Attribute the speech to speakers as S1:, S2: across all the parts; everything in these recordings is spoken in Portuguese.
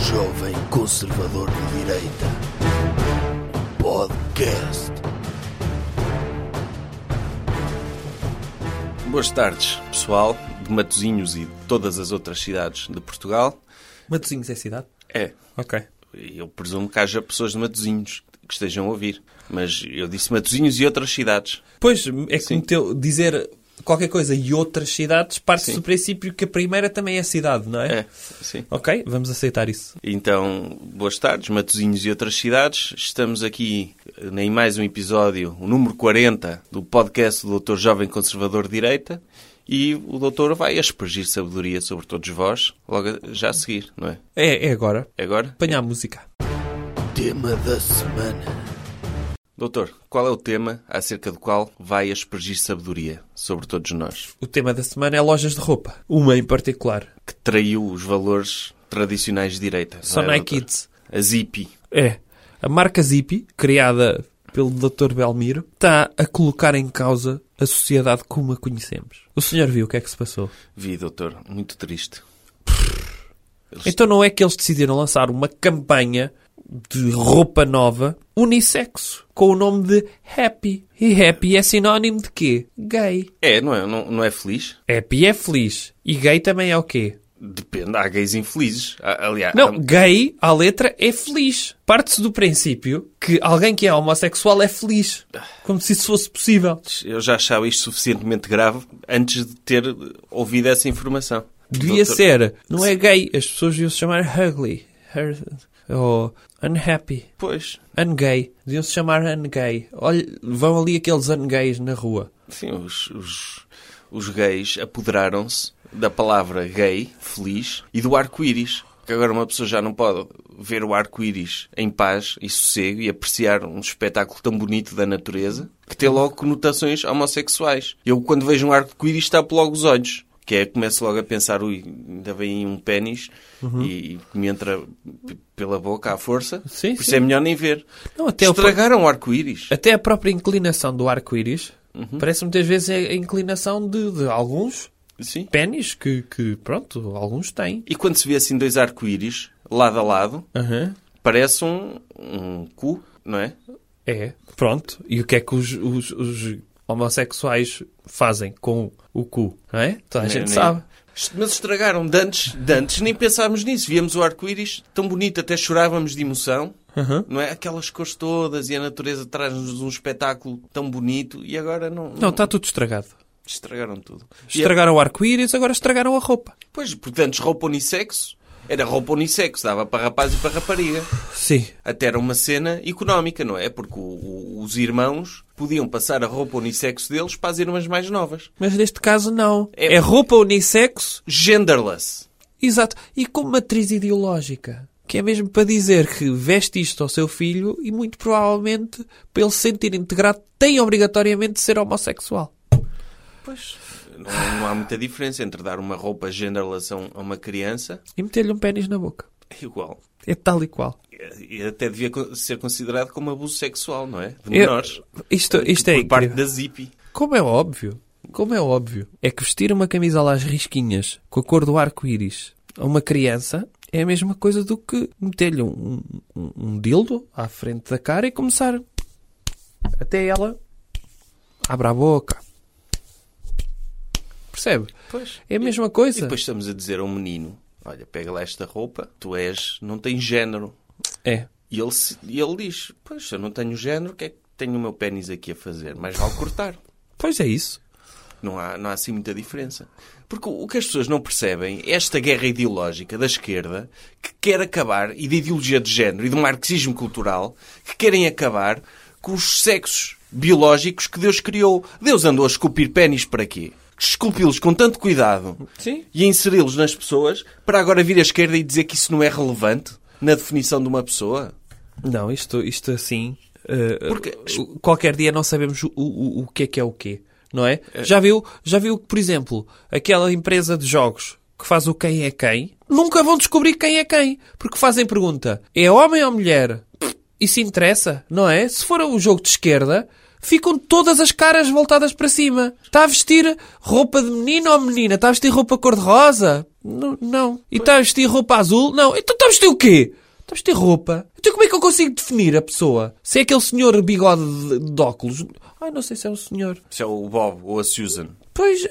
S1: Jovem Conservador de Direita. Podcast.
S2: Boas tardes, pessoal de Matosinhos e de todas as outras cidades de Portugal.
S3: Matosinhos é cidade?
S2: É,
S3: Ok.
S2: eu presumo que haja pessoas de Matosinhos que estejam a ouvir, mas eu disse Matosinhos e outras cidades.
S3: Pois, é que
S2: Sim.
S3: meteu dizer qualquer coisa e outras cidades parte-se do princípio que a primeira também é cidade, não é?
S2: É, sim.
S3: Ok, vamos aceitar isso.
S2: Então, boas tardes, Matosinhos e outras cidades. Estamos aqui eh, em mais um episódio, o número 40 do podcast do Doutor Jovem Conservador de Direita. E o doutor vai aspergir sabedoria sobre todos vós logo a- já a seguir, não é?
S3: É, é agora.
S2: É Agora?
S3: Apanhar a música.
S1: Tema da semana.
S2: Doutor, qual é o tema acerca do qual vai aspergir sabedoria sobre todos nós?
S3: O tema da semana é lojas de roupa. Uma em particular.
S2: Que traiu os valores tradicionais de direita.
S3: Só
S2: não é,
S3: Nike
S2: doutor?
S3: Kids.
S2: A Zippy.
S3: É. A marca Zippy, criada pelo Dr. Belmiro, está a colocar em causa a sociedade como a conhecemos. O senhor viu o que é que se passou?
S2: Vi, doutor, muito triste.
S3: Então não é que eles decidiram lançar uma campanha de roupa nova unissexo com o nome de Happy. E Happy é sinónimo de quê? Gay.
S2: É, não é, não, não é feliz?
S3: Happy é feliz. E gay também é o quê?
S2: Depende, há gays infelizes. Há- Aliás,
S3: Não,
S2: há-
S3: gay, à letra, é feliz. Parte-se do princípio que alguém que é homossexual é feliz. Como se isso fosse possível.
S2: eu já achava isto suficientemente grave antes de ter ouvido essa informação.
S3: Devia
S2: Doutor,
S3: ser. Não é gay. As pessoas deviam se chamar ugly. Her- Ou unhappy.
S2: Pois,
S3: Angay. Deviam-se chamar Angay. Olha, vão ali aqueles Angays na rua.
S2: sim, os, os, os gays apoderaram-se da palavra gay, feliz, e do arco-íris. Que agora uma pessoa já não pode ver o arco-íris em paz e sossego e apreciar um espetáculo tão bonito da natureza que tem logo conotações homossexuais. Eu, quando vejo um arco-íris, tapo logo os olhos. Que é, começo logo a pensar, ui, ainda vem aí um pênis
S3: Uhum.
S2: e, e me entra p- pela boca à força.
S3: Sim,
S2: Por
S3: sim.
S2: isso é melhor nem ver.
S3: Não, até o pro-
S2: Estragaram o arco-íris.
S3: Até a própria inclinação do arco-íris
S2: Uhum.
S3: parece muitas vezes a inclinação de, de alguns
S2: Sim.
S3: pênis que, que, pronto, alguns têm.
S2: E quando se vê assim dois arco-íris, lado a lado, parece um, um cu, não é?
S3: É, pronto. E o que é que os, os- os homossexuais fazem com o cu? Não é? Toda a
S2: Nem-
S3: gente
S2: nem-
S3: sabe.
S2: Est- Mas estragaram de antes, de antes, nem pensámos nisso. Víamos o arco-íris, tão bonito, até chorávamos de emoção. Não é? Aquelas cores todas e a natureza traz-nos um espetáculo tão bonito e agora não.
S3: Não, tá- está tudo estragado.
S2: Estragaram tudo. E é-
S3: Estragaram o arco-íris, agora estragaram a roupa.
S2: pois, portanto, roupa unissexo era roupa unissexo, dava para rapaz e para rapariga.
S3: Sim.
S2: Até era uma cena económica, não é? Porque o- o- os irmãos podiam passar a roupa unissexo deles para as irmãs mais novas.
S3: Mas neste caso não.
S2: É-
S3: é roupa unissexo
S2: Genderless.
S3: Exato. E com matriz ideológica. Que é mesmo para dizer que veste isto ao seu filho e muito provavelmente, para ele se sentir integrado, tem obrigatoriamente de ser homossexual.
S2: Não, não há muita diferença entre dar uma roupa genderless a um- a uma criança.
S3: E meter-lhe um pênis na boca.
S2: É igual.
S3: É tal e qual.
S2: E até devia co- ser considerado como abuso sexual, não é? De
S3: Eu-
S2: menores.
S3: Isto, isto é
S2: Por parte
S3: incrível.
S2: da Zippy.
S3: Como é óbvio, como é óbvio, é que vestir uma camisola às risquinhas com a cor do arco-íris a uma criança é a mesma coisa do que meter-lhe um, um, um dildo à frente da cara e começar até ela abre a boca. Percebe?
S2: Pois.
S3: É a mesma
S2: E
S3: coisa.
S2: depois estamos a dizer a um menino: Olha, pega lá esta roupa, tu és, não tens género.
S3: É.
S2: E ele, se- e ele diz: Pois, eu não tenho género, o que é que tenho o meu pênis aqui a fazer? Mas vale cortar.
S3: Pois é isso.
S2: Não há, não há assim muita diferença. Porque o o que as pessoas não percebem é esta guerra ideológica da esquerda que quer acabar, e da ideologia de género e do marxismo cultural, que querem acabar com os sexos biológicos que Deus criou. Deus andou a esculpir pênis para quê? Esculpi-los com tanto cuidado
S3: Sim.
S2: e inseri-los nas pessoas para agora vir à esquerda e dizer que isso não é relevante na definição de uma pessoa?
S3: Não, isto, isto assim. eh,
S2: Porque-
S3: eh, qualquer dia não sabemos o, o, o que é que é o quê, não é? Já viu, já viu que, por exemplo, aquela empresa de jogos que faz o quem é quem, nunca vão descobrir quem é quem, porque fazem pergunta: é homem ou mulher? Isso interessa, não é? Se for um jogo de esquerda, ficam todas as caras voltadas para cima. Está a vestir roupa de menino ou menina? Está a vestir roupa cor-de-rosa? Não. não. E está a vestir roupa azul? Não. Então está a vestir o quê? Está a vestir roupa. Então como é que eu consigo definir a pessoa? Se é aquele senhor bigode de, de óculos. Ai, não sei se é um senhor.
S2: Se é o Bob ou a Susan.
S3: Pois.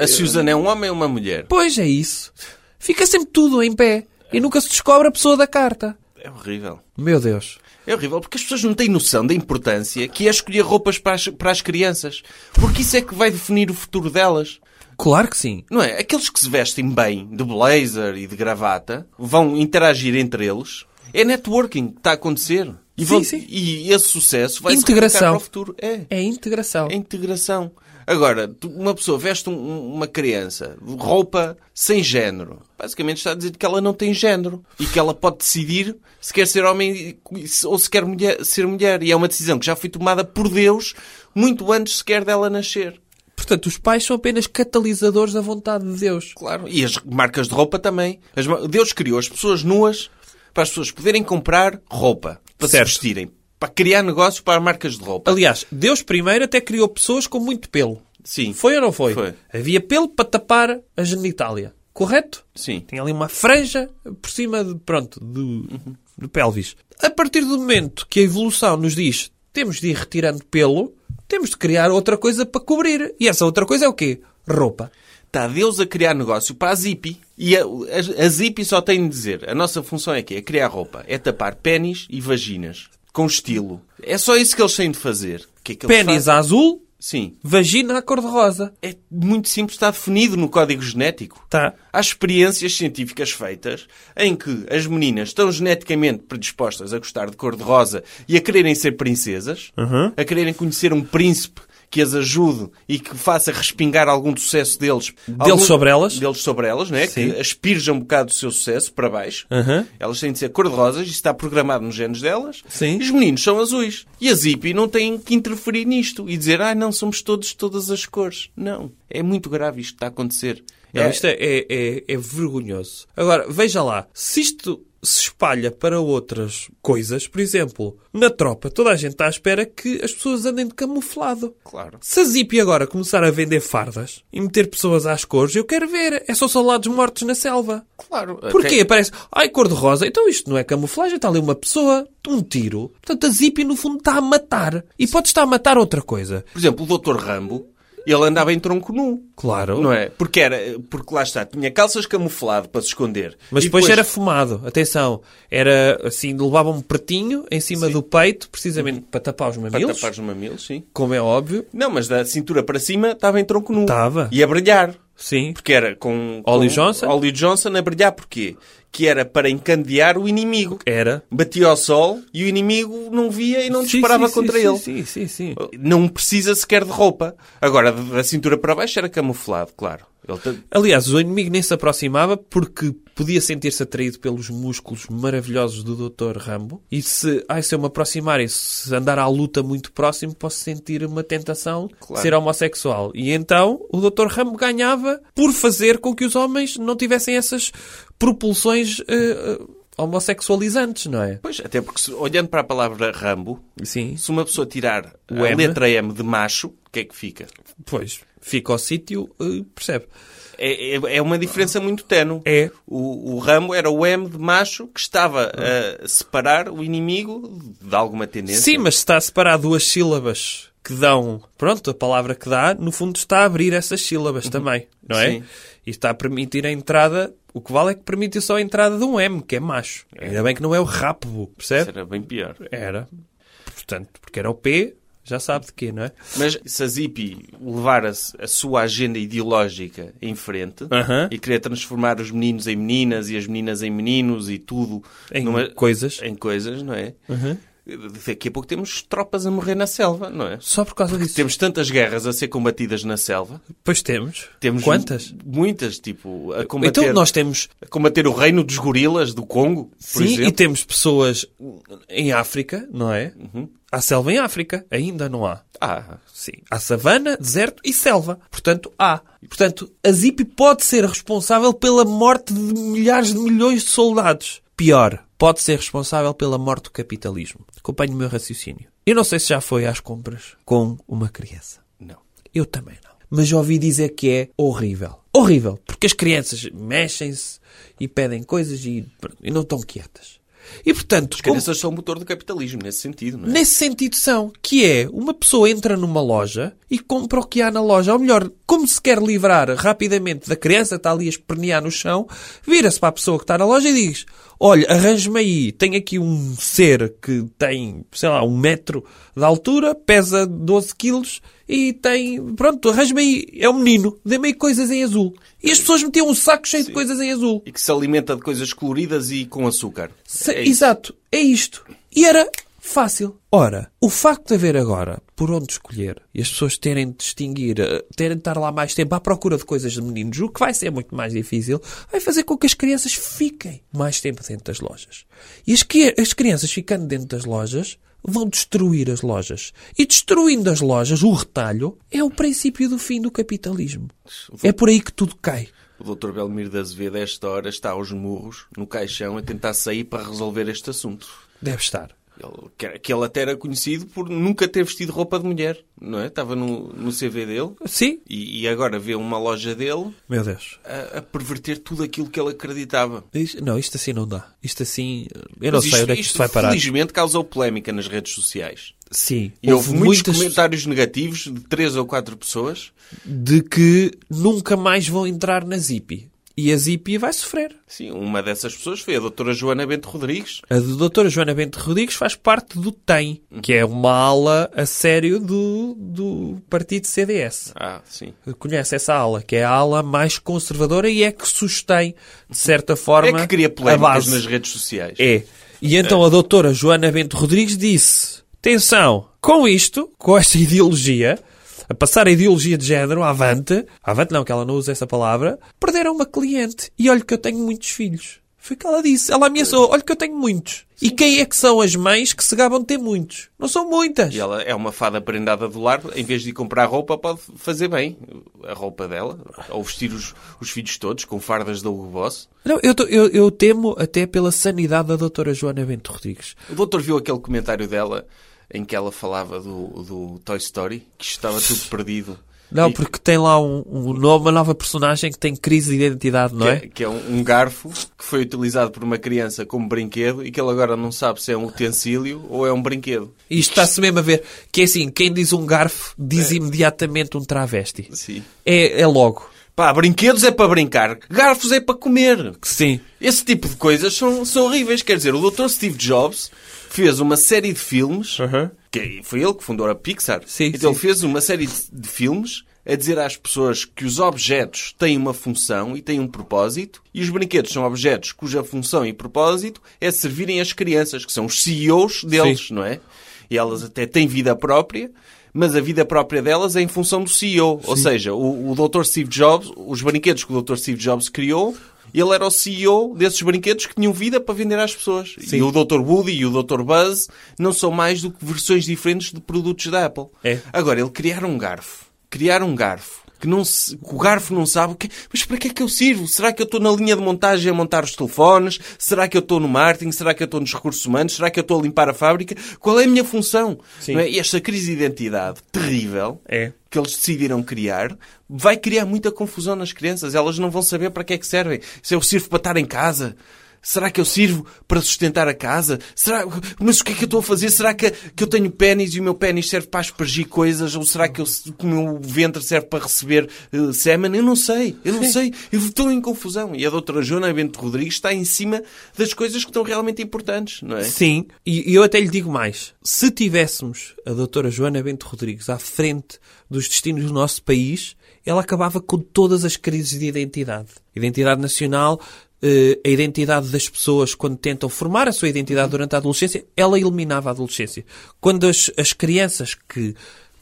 S2: A Susan é um homem ou uma mulher?
S3: Pois é isso. Fica sempre tudo em pé. E nunca se descobre a pessoa da carta.
S2: É horrível.
S3: Meu Deus.
S2: É horrível porque as pessoas não têm noção da importância que é escolher roupas para as, para as crianças. Porque isso é que vai definir o futuro delas.
S3: Claro que sim.
S2: Não é? Aqueles que se vestem bem, de blazer e de gravata, vão interagir entre eles. É networking que está a acontecer. E,
S3: Sim,
S2: vão-
S3: sim.
S2: e esse sucesso vai se
S3: Integração.
S2: replicar para o futuro. É.
S3: É a integração.
S2: É integração. Agora, tu- uma pessoa veste um- um- uma criança de roupa sem género. Basicamente está a dizer que ela não tem género e que ela pode decidir se quer ser homem e- ou se quer mulher- ser mulher. E é uma decisão que já foi tomada por Deus muito antes sequer dela nascer.
S3: Portanto, os pais são apenas catalisadores da vontade de Deus.
S2: Claro. E as marcas de roupa também. As ma- Deus criou as pessoas nuas para as pessoas poderem comprar roupa para
S3: Certo.
S2: se vestirem. Para criar negócios para marcas de roupa.
S3: Aliás, Deus primeiro até criou pessoas com muito pelo.
S2: Sim.
S3: Foi ou não foi?
S2: Foi.
S3: Havia pelo para tapar a genitália. Correto?
S2: Sim.
S3: Tinha ali uma franja por cima, de, pronto, do, do pelvis. A partir do momento que a evolução nos diz temos de ir retirando pelo, temos de criar outra coisa para cobrir. E essa outra coisa é o quê? Roupa.
S2: Está Deus a criar negócio para a Zippy. E a, a, a Zippy só tem de dizer. A nossa função é que É criar roupa. É tapar pênis e vaginas. Com estilo. É só isso que eles têm de fazer. O Que é que eles
S3: Pênis
S2: fazem?
S3: azul,
S2: Sim.
S3: vagina à cor-de-rosa.
S2: É muito simples. Está definido no código genético.
S3: Tá.
S2: Há experiências científicas feitas em que as meninas estão geneticamente predispostas a gostar de cor-de-rosa e a quererem ser princesas,
S3: Uhum.
S2: a quererem conhecer um príncipe que as ajude e que faça respingar algum do sucesso deles. algum-
S3: sobre elas?
S2: Deles sobre elas, não é?
S3: Sim.
S2: Que asperja um bocado do seu sucesso para baixo.
S3: Uhum.
S2: Elas têm de ser cor-de-rosas, isso está programado nos genes delas.
S3: Sim.
S2: E os meninos são azuis. E a Zippy não tem que interferir nisto e dizer, ah, não, somos todos de todas as cores. Não. É muito grave isto que está a acontecer.
S3: Não, Isto é, é, é- é vergonhoso. Agora, veja lá, se isto se espalha para outras coisas, por exemplo, na tropa, toda a gente está à espera que as pessoas andem de camuflado.
S2: Claro.
S3: Se a Zippy agora começar a vender fardas e meter pessoas às cores, eu quero ver. É só soldados mortos na selva.
S2: Claro.
S3: Porquê? Parece, ai, cor-de-rosa. Então isto não é camuflagem, está ali uma pessoa, um tiro. Portanto, a Zippy no fundo está a matar. E pode estar a matar outra coisa.
S2: Por exemplo, o Dr. Rambo, ele andava em tronco nu.
S3: Claro.
S2: Não é? Porque era, porque lá está, tinha calças camuflado para se esconder.
S3: Mas
S2: E
S3: depois, era fumado, atenção. Era assim, levava um pretinho em cima do peito, precisamente para tapar os
S2: Uhum. para
S3: mamilos,
S2: tapar os mamilos, sim.
S3: como é óbvio.
S2: Não, mas da cintura para cima estava em tronco nu.
S3: Estava.
S2: E a brilhar.
S3: Sim.
S2: Porque era com...
S3: Ollie
S2: com-
S3: Johnson?
S2: Ollie Johnson a brilhar porquê? Que era para encandear o inimigo.
S3: Era.
S2: Batia ao sol e o inimigo não via e não
S3: Sim,
S2: disparava
S3: sim,
S2: contra
S3: sim,
S2: ele.
S3: Sim, sim, sim.
S2: Não precisa sequer de roupa. Agora, da cintura para baixo era camuflado, claro. Ele t-
S3: Aliás, o inimigo nem se aproximava porque podia sentir-se atraído pelos músculos maravilhosos do Dr. Rambo. E se, ai, se eu me aproximar e se andar à luta muito próximo, posso sentir uma tentação
S2: Claro.
S3: de ser homossexual. E então o Dr. Rambo ganhava por fazer com que os homens não tivessem essas propulsões eh, eh, homossexualizantes, não é?
S2: Pois, até porque se- olhando para a palavra Rambo,
S3: Sim.
S2: se uma pessoa tirar
S3: O
S2: a
S3: M.
S2: letra M de macho, o que é que fica?
S3: Pois, fica ao sítio, eh, percebe?
S2: É, é- é uma diferença muito tenue.
S3: É.
S2: O, o Rambo era o M de macho que estava a separar o inimigo de alguma tendência.
S3: Hum. Sim, mas se está a separar duas sílabas que dão, pronto, a palavra que dá, no fundo está a abrir essas sílabas também, não é?
S2: Uhum. Sim.
S3: E está a permitir a entrada, o que vale é que permite só a entrada de um M, que é macho. Ainda bem que não é o rápido,
S2: Isso
S3: percebe?
S2: era bem pior.
S3: Era. Portanto, porque era o P, já sabe de quê, não é?
S2: Mas se a Zippy levar a, a sua agenda ideológica em frente
S3: Aham.
S2: e querer transformar os meninos em meninas e as meninas em meninos e tudo
S3: Em
S2: numa-
S3: coisas.
S2: em coisas, não é? Daqui a pouco temos tropas a morrer na selva, não é?
S3: Só por causa disso.
S2: Temos tantas guerras a ser combatidas na selva.
S3: Pois temos.
S2: Temos
S3: Quantas?
S2: mu- Muitas, tipo, a combater,
S3: Então nós temos
S2: a combater o reino dos gorilas do Congo, por
S3: Sim,
S2: exemplo.
S3: e temos pessoas em África, não é?
S2: Uhum.
S3: Há selva em África, ainda não há.
S2: Ah,
S3: Sim. Há savana, deserto e selva. Portanto, há. Portanto, a ZIP pode ser responsável pela morte de milhares de milhões de soldados. Pior, pode ser responsável pela morte do capitalismo. Acompanhe o meu raciocínio. Eu não sei se já foi às compras com uma criança.
S2: não.
S3: Eu também não. Mas já ouvi dizer que é horrível. horrível, porque as crianças mexem-se e pedem coisas e, e não estão quietas. E portanto, como-
S2: Crianças são o motor do capitalismo, nesse sentido, não é?
S3: nesse sentido são, que é, uma pessoa entra numa loja e compra o que há na loja, ou melhor, como se quer livrar rapidamente da criança que está ali a espernear no chão, vira-se para a pessoa que está na loja e diz, olha, arranja-me aí, tem aqui um ser que tem, sei lá, um metro de altura, pesa 12 quilos e tem, pronto, arranja-me aí, é um menino, dê-me aí coisas em azul. E as pessoas metiam um saco cheio de coisas em azul.
S2: E que se alimenta de coisas coloridas e com açúcar.
S3: Se-
S2: É isso.
S3: Exato, é isto. E era fácil. Ora, o facto de haver agora por onde escolher e as pessoas terem de distinguir, eh, terem de estar lá mais tempo à procura de coisas de meninos, o que vai ser muito mais difícil, vai fazer com que as crianças fiquem mais tempo dentro das lojas. E as, que- as crianças ficando dentro das lojas vão destruir as lojas. E destruindo as lojas, o retalho, é o princípio do fim do capitalismo. É por aí que tudo cai.
S2: O Dr. Belmiro de Azevedo, a esta hora, está aos murros, no caixão, a tentar sair para resolver este assunto.
S3: Deve estar.
S2: Ele, que- que ele até era conhecido por nunca ter vestido roupa de mulher, não é? Estava no, no CV dele
S3: Sim?
S2: e, e agora vê uma loja dele
S3: Meu Deus.
S2: a, a perverter tudo aquilo que ele acreditava.
S3: Isto- não, isto assim não dá. Isto assim. Eu não
S2: Mas
S3: sei onde é que isto vai parar.
S2: Felizmente causou polémica nas redes sociais.
S3: Sim.
S2: E houve, muitos
S3: muitas
S2: comentários negativos de três ou quatro pessoas.
S3: de que nunca mais vão entrar na Zipi. E a Zipi vai sofrer.
S2: Sim, uma dessas pessoas foi a doutora Joana Bento Rodrigues.
S3: A doutora Joana Bento Rodrigues faz parte do TEM, que é uma ala a sério do, do partido CDS.
S2: Ah, sim.
S3: Conhece essa ala, que é a ala mais conservadora e é que sustém, de certa
S2: É
S3: forma,
S2: que cria
S3: a
S2: polémicas
S3: base.
S2: nas redes sociais.
S3: É. E então a doutora Joana Bento Rodrigues disse: atenção, com isto, com esta ideologia, a passar a ideologia de género avante, avante não, que ela não usa essa palavra, perderam uma cliente. E olha que eu tenho muitos filhos. Foi o que ela disse. Ela ameaçou: olha que eu tenho muitos. E quem é que são as mães que se gabam de ter muitos? Não são muitas.
S2: E ela é uma fada prendada do lar, em vez de ir comprar roupa, pode fazer bem a roupa dela, ou vestir os, os filhos todos com fardas da Hugo Boss.
S3: Não, eu, tô- eu- eu temo até pela sanidade da doutora Joana Bento Rodrigues.
S2: O doutor viu aquele comentário dela em que ela falava do, do Toy Story, que estava tudo perdido.
S3: Não,
S2: E
S3: porque tem lá um, um novo, uma nova personagem que tem crise de identidade, não
S2: que,
S3: é?
S2: que é um, um garfo que foi utilizado por uma criança como brinquedo e que ele agora não sabe se é um utensílio ou é um brinquedo.
S3: E isto está-se mesmo a ver. Que é assim, quem diz um garfo, diz imediatamente um travesti.
S2: Sim.
S3: É, é logo.
S2: Pá, brinquedos é para brincar, garfos é para comer.
S3: Sim.
S2: Esse tipo de coisas são, são horríveis. Quer dizer, o Dr. Steve Jobs fez uma série de filmes, que foi ele que fundou a Pixar.
S3: Sim,
S2: então
S3: sim.
S2: ele fez uma série de, de filmes a dizer às pessoas que os objetos têm uma função e têm um propósito, e os brinquedos são objetos cuja função e propósito é servirem as crianças, que são os CEOs deles, não é? E elas até têm vida própria. Mas a vida própria delas é em função do CEO. Ou seja, o, o Dr. Steve Jobs, os brinquedos que o Dr. Steve Jobs criou, ele era o CEO desses brinquedos que tinham vida para vender às pessoas. E o Dr. Woody e o Dr. Buzz não são mais do que versões diferentes de produtos da Apple.
S3: É.
S2: Agora, ele criar um garfo. Criar um garfo. Que, não se- que o garfo não sabe o que Mas para que é que eu sirvo? Será que eu estou na linha de montagem a montar os telefones? Será que eu estou no marketing? Será que eu estou nos recursos humanos? Será que eu estou a limpar a fábrica? Qual é a minha função?
S3: Sim.
S2: Não é? E Esta crise de identidade terrível
S3: É.
S2: que eles decidiram criar vai criar muita confusão nas crianças. Elas não vão saber para que é que servem. Se eu sirvo para estar em casa. Será que eu sirvo para sustentar a casa? Será... Mas o que é que eu estou a fazer? Será que, que eu tenho pênis e o meu pênis serve para aspergir coisas? Ou será que, eu, que o meu ventre serve para receber eh, sêmen? Eu não sei. Eu não sei. Eu estou em confusão. E a doutora Joana Bento Rodrigues está em cima das coisas que estão realmente importantes, não é?
S3: Sim. E, e eu até lhe digo mais. Se tivéssemos a doutora Joana Bento Rodrigues à frente dos destinos do nosso país, ela acabava com todas as crises de identidade. Identidade nacional, eh, a identidade das pessoas quando tentam formar a sua identidade durante a adolescência, ela eliminava a adolescência. Quando as, as crianças que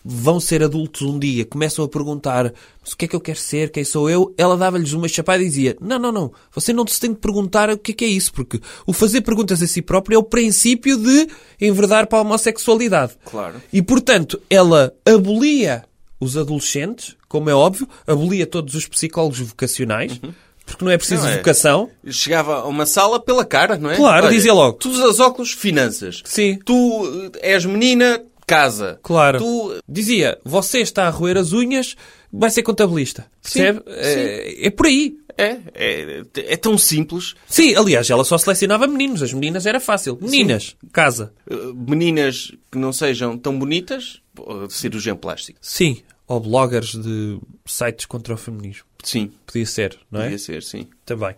S3: vão ser adultos um dia, começam a perguntar "Mas o que é que eu quero ser, quem sou eu, ela dava-lhes uma chapada e dizia não, não, não, você não se tem de perguntar o que é que é isso, porque o fazer perguntas a si próprio é o princípio de enverdar para a homossexualidade.
S2: Claro.
S3: E, portanto, ela abolia os adolescentes, como é óbvio, abolia todos os psicólogos vocacionais, porque não é preciso
S2: Uhum. Não é.
S3: vocação.
S2: Chegava a uma sala pela cara, não é?
S3: Claro, dizia logo.
S2: Tu usas óculos, finanças.
S3: Sim.
S2: Tu eh, és menina, casa.
S3: Claro.
S2: Tu
S3: Dizia, você está a roer as unhas, vai ser contabilista. Percebe? É, é por aí.
S2: É, é, é tão simples.
S3: Sim, aliás, ela só selecionava meninos. As meninas era fácil. Meninas, casa.
S2: Uh, Meninas que não sejam tão bonitas, uh, cirurgião plástico.
S3: Sim, ou bloggers de sites contra o feminismo.
S2: Sim,
S3: Podia ser, não é?
S2: podia ser, sim.
S3: Também.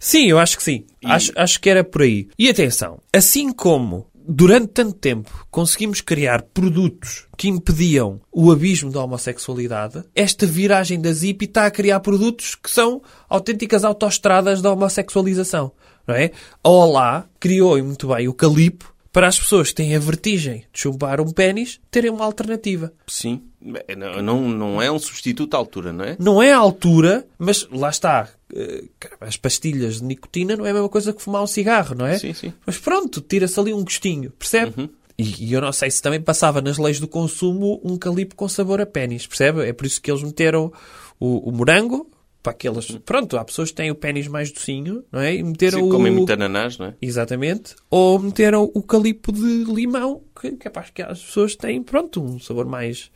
S3: Sim, eu acho que sim. Acho, acho que era por aí. E atenção, assim como durante tanto tempo conseguimos criar produtos que impediam o abismo da homossexualidade, esta viragem da Zip está a criar produtos que são autênticas autoestradas da homossexualização. Não é? A Olá criou e muito bem o Calipo para as pessoas que têm a vertigem de chumbar um pênis terem uma alternativa.
S2: Sim. É, Não, não, não é um substituto à altura, não é?
S3: Não é a altura, mas lá está. Eh, caramba, As pastilhas de nicotina não é a mesma coisa que fumar um cigarro, não é?
S2: Sim, sim. Uhum.
S3: Mas pronto, tira-se ali um gostinho, percebe? E, e eu não sei se também passava nas leis do consumo um calipo com sabor a pênis, percebe? É por isso que eles meteram o, o morango para aquelas. Pronto, há pessoas que têm o pênis mais docinho, não é? E meteram
S2: Uhum. Sim,
S3: o.
S2: comem Assim, muito ananás, não é?
S3: Exatamente. Ou meteram o calipo de limão, que capaz que as pessoas têm, pronto, um sabor mais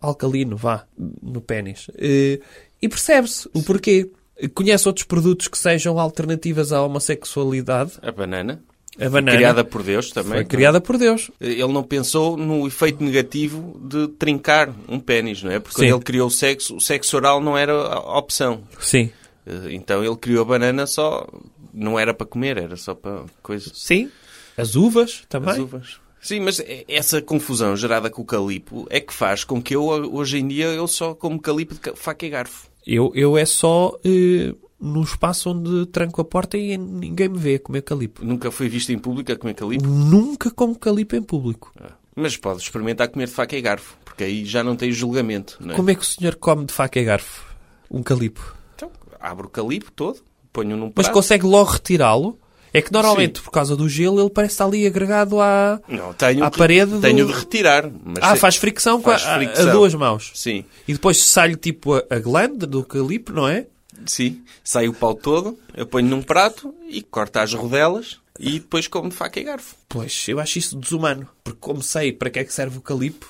S3: alcalino, vá, no pênis. Eh, E percebe-se o porquê. Conhece outros produtos que sejam alternativas à homossexualidade?
S2: A banana.
S3: A banana.
S2: Criada por é? Deus também.
S3: foi criada por Deus.
S2: Ele não pensou no efeito negativo de trincar um pênis, não é? Porque
S3: Sim.
S2: quando ele criou o sexo, o sexo oral não era a opção.
S3: Sim.
S2: Eh, Então ele criou a banana só... Não era para comer, era só para coisas...
S3: Sim. As uvas também.
S2: As uvas. Sim, mas é- essa confusão gerada com o calipo é que faz com que eu, hoje em dia, eu só como calipo de ca- faca e garfo.
S3: Eu, eu é só eh, num espaço onde tranco a porta e ninguém me vê comer calipo.
S2: Nunca fui visto em público a comer calipo.
S3: Nunca como calipo em público.
S2: Mas podes experimentar comer de faca e garfo, porque aí já não tens julgamento, não é?
S3: Como é que o senhor come de faca e garfo um calipo?
S2: Então, abro o calipo todo, ponho num
S3: Mas
S2: prato...
S3: consegue logo retirá-lo? É que normalmente, por causa do gelo, ele parece estar ali agregado à...
S2: Não, tenho,
S3: à
S2: que-
S3: parede
S2: tenho
S3: do-
S2: de retirar. Mas
S3: Ah,
S2: se-
S3: faz fricção,
S2: faz
S3: com a, a-
S2: fricção.
S3: a duas mãos.
S2: Sim,
S3: E depois sai-lhe tipo a, a glande do calipo, não é?
S2: sim. Sai o pau todo, eu ponho num prato e corto as rodelas e depois como de faca e garfo.
S3: Pois, eu acho isso desumano. Porque como sei para que é que serve o calipo,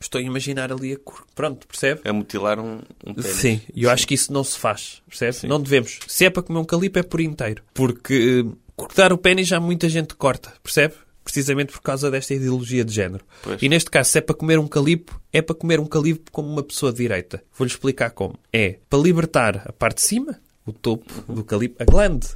S3: estou a imaginar ali a... cor- Pronto, percebe?
S2: A mutilar um, um pênis.
S3: Sim, e eu acho que isso não se faz, percebe? Não devemos. Se é para comer um calipo, é por inteiro. Porque eh, cortar o pênis já muita gente corta, percebe? Precisamente por causa desta ideologia de género.
S2: Pois.
S3: E neste caso, se é para comer um calipo, é para comer um calipo como uma pessoa de direita. Vou-lhe explicar como. É para libertar a parte de cima, o topo do calipo, a glande,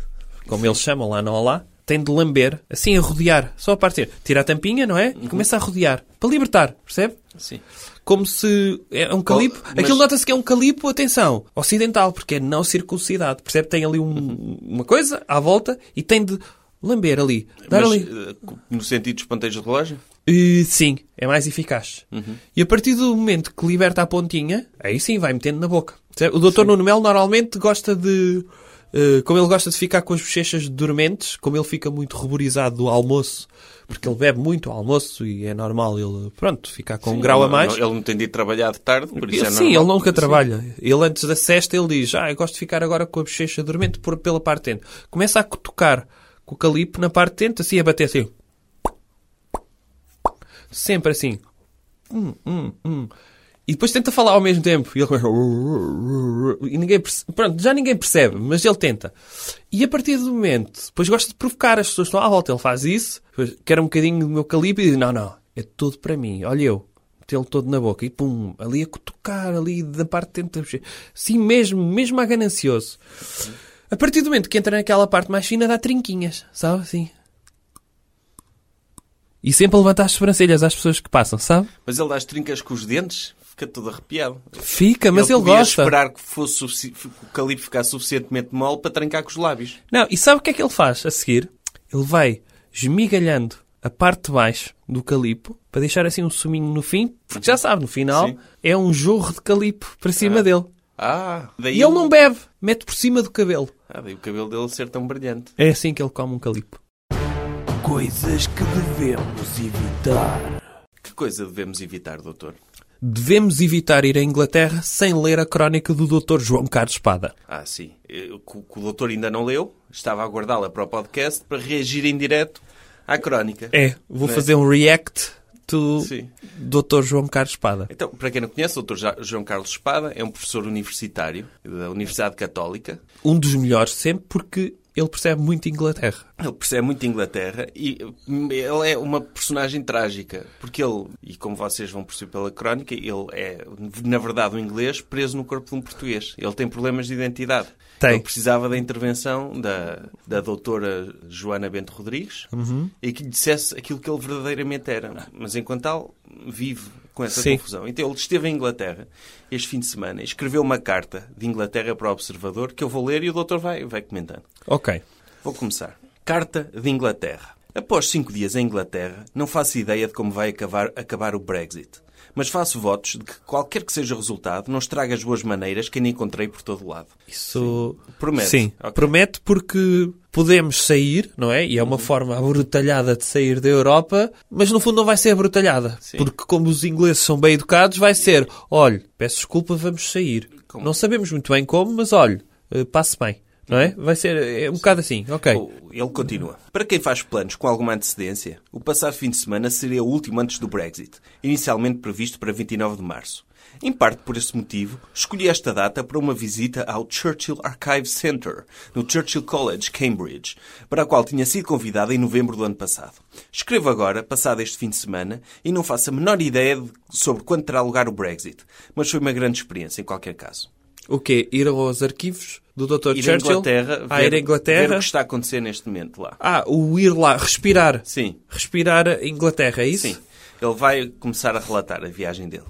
S3: como eles chamam lá no Olá, tem de lamber, assim a rodear, só a parte de cima. Tira a tampinha, não é? E começa a rodear. Para libertar, percebe?
S2: Sim.
S3: Como se é um calipo.
S2: Oh, mas-
S3: Aquilo nota-se que é um calipo, atenção, ocidental, porque é não circuncidado. Percebe? Tem ali um- uma coisa à volta e tem de lamber ali. Dar
S2: Mas,
S3: ali.
S2: eh, no sentido dos ponteiros de relógio?
S3: Eh, sim, é mais eficaz.
S2: Uhum.
S3: E a partir do momento que liberta a pontinha, aí sim vai metendo na boca. Percebe? O doutor Nuno Melo normalmente gosta de. eh, como ele gosta de ficar com as bochechas dormentes, como ele fica muito ruborizado do almoço, porque ele bebe muito ao almoço e é normal ele, pronto, ficar com um grau a
S2: Não-
S3: mais.
S2: não- Ele não tem de ir trabalhar de tarde, por isso é
S3: Sim,
S2: normal.
S3: ele nunca
S2: Sim.
S3: trabalha. Ele antes da cesta ele diz, ah, eu gosto de ficar agora com a bochecha dormente por, pela parte de dentro. Começa a cutucar com o calipo na parte de dentro, assim, a bater assim. Sempre assim. Hum, hum, hum. E depois tenta falar ao mesmo tempo. E ele começa... E ninguém perce- Pronto, já ninguém percebe, mas ele tenta. E a partir do momento... Depois gosta de provocar as pessoas que estão à volta. Ele faz isso, depois quer um bocadinho do meu calibre e diz, não, não, é tudo para mim. Olha eu, metê-lo todo na boca. E pum, ali a cutucar, ali da parte de dentro. da bochecha. Sim mesmo, mesmo a ganancioso. A partir do momento que entra naquela parte mais fina, dá trinquinhas, sabe? Assim. E sempre a levantar as sobrancelhas às pessoas que passam, sabe?
S2: Mas ele dá as trincas com os dentes, fica todo arrepiado.
S3: Fica, mas ele,
S2: podia
S3: gosta.
S2: esperar que, fosse sufici- que o calipo ficasse suficientemente mole para trancar com os lábios.
S3: Não, e sabe o que é que ele faz a seguir? Ele vai esmigalhando a parte de baixo do calipo para deixar assim um suminho no fim, porque já sabe, no final
S2: Sim.
S3: é um jorro de calipo para cima dele.
S2: Ah, daí,
S3: E ele não bebe, mete por cima do cabelo.
S2: Ah, daí o cabelo dele ser tão brilhante.
S3: É assim que ele come um calipo.
S1: Coisas que devemos evitar.
S2: Que coisa devemos evitar, doutor?
S3: Devemos evitar ir à Inglaterra sem ler a crónica do Dr. João Carlos Espada.
S2: Ah, sim. Eu- que o que o doutor ainda não leu, estava a guardá-la para o podcast para reagir em direto à crónica.
S3: É, vou fazer um react do
S2: Né? Sim.
S3: Dr. João Carlos Espada.
S2: Então, para quem não conhece, o Dr. Ja- João Carlos Espada é um professor universitário da Universidade Católica.
S3: Um dos melhores sempre porque ele percebe muito Inglaterra.
S2: Ele percebe muito de Inglaterra e hum, ele é uma personagem trágica, porque ele, e como vocês vão perceber pela crónica, ele é, na verdade, um inglês preso no corpo de um português. Ele tem problemas de identidade.
S3: Tem.
S2: Ele precisava da intervenção da, da doutora Joana Bento Rodrigues
S3: Uhum.
S2: e que lhe dissesse aquilo que ele verdadeiramente era. Mas, enquanto tal, vive com essa
S3: Sim.
S2: confusão. Então, ele esteve em Inglaterra este fim de semana e escreveu uma carta de Inglaterra para o Observador que eu vou ler e o doutor vai, vai comentando.
S3: Ok.
S2: Vou começar. Carta de Inglaterra. Após cinco dias em Inglaterra, não faço ideia de como vai acabar, acabar o Brexit. Mas faço votos de que, qualquer que seja o resultado, não estraga as boas maneiras que ainda encontrei por todo o lado.
S3: Isso
S2: Promete.
S3: Sim,
S2: Ok.
S3: promete porque podemos sair, não é? E é uma
S2: Uhum.
S3: forma abrutalhada de sair da Europa, mas no fundo não vai ser abrutalhada.
S2: Sim.
S3: Porque como os ingleses são bem educados, vai ser, olhe, peço desculpa, vamos sair.
S2: Como?
S3: Não sabemos muito bem como, mas olhe, eh, passe bem, não
S2: Uhum.
S3: é? Vai ser é um bocado assim, ok.
S2: O- Ele continua. Para quem faz planos com alguma antecedência, o passado fim de semana seria o último antes do Brexit, inicialmente previsto para 29 de março. Em parte por esse motivo, escolhi esta data para uma visita ao Churchill Archive Centre, no Churchill College, Cambridge, para a qual tinha sido convidada em novembro do ano passado. Escrevo agora, passado este fim de semana, e não faço a menor ideia de- sobre quando terá lugar o Brexit, mas foi uma grande experiência em qualquer caso.
S3: O quê? Ir aos arquivos do Dr.
S2: Ir à
S3: Churchill?
S2: Inglaterra,
S3: ah, ir à
S2: ver- ver o
S3: Inglaterra.
S2: que está a acontecer neste momento lá.
S3: Ah, o ir lá, respirar.
S2: Sim.
S3: Respirar a Inglaterra, é isso?
S2: Sim, ele vai começar a relatar a viagem dele.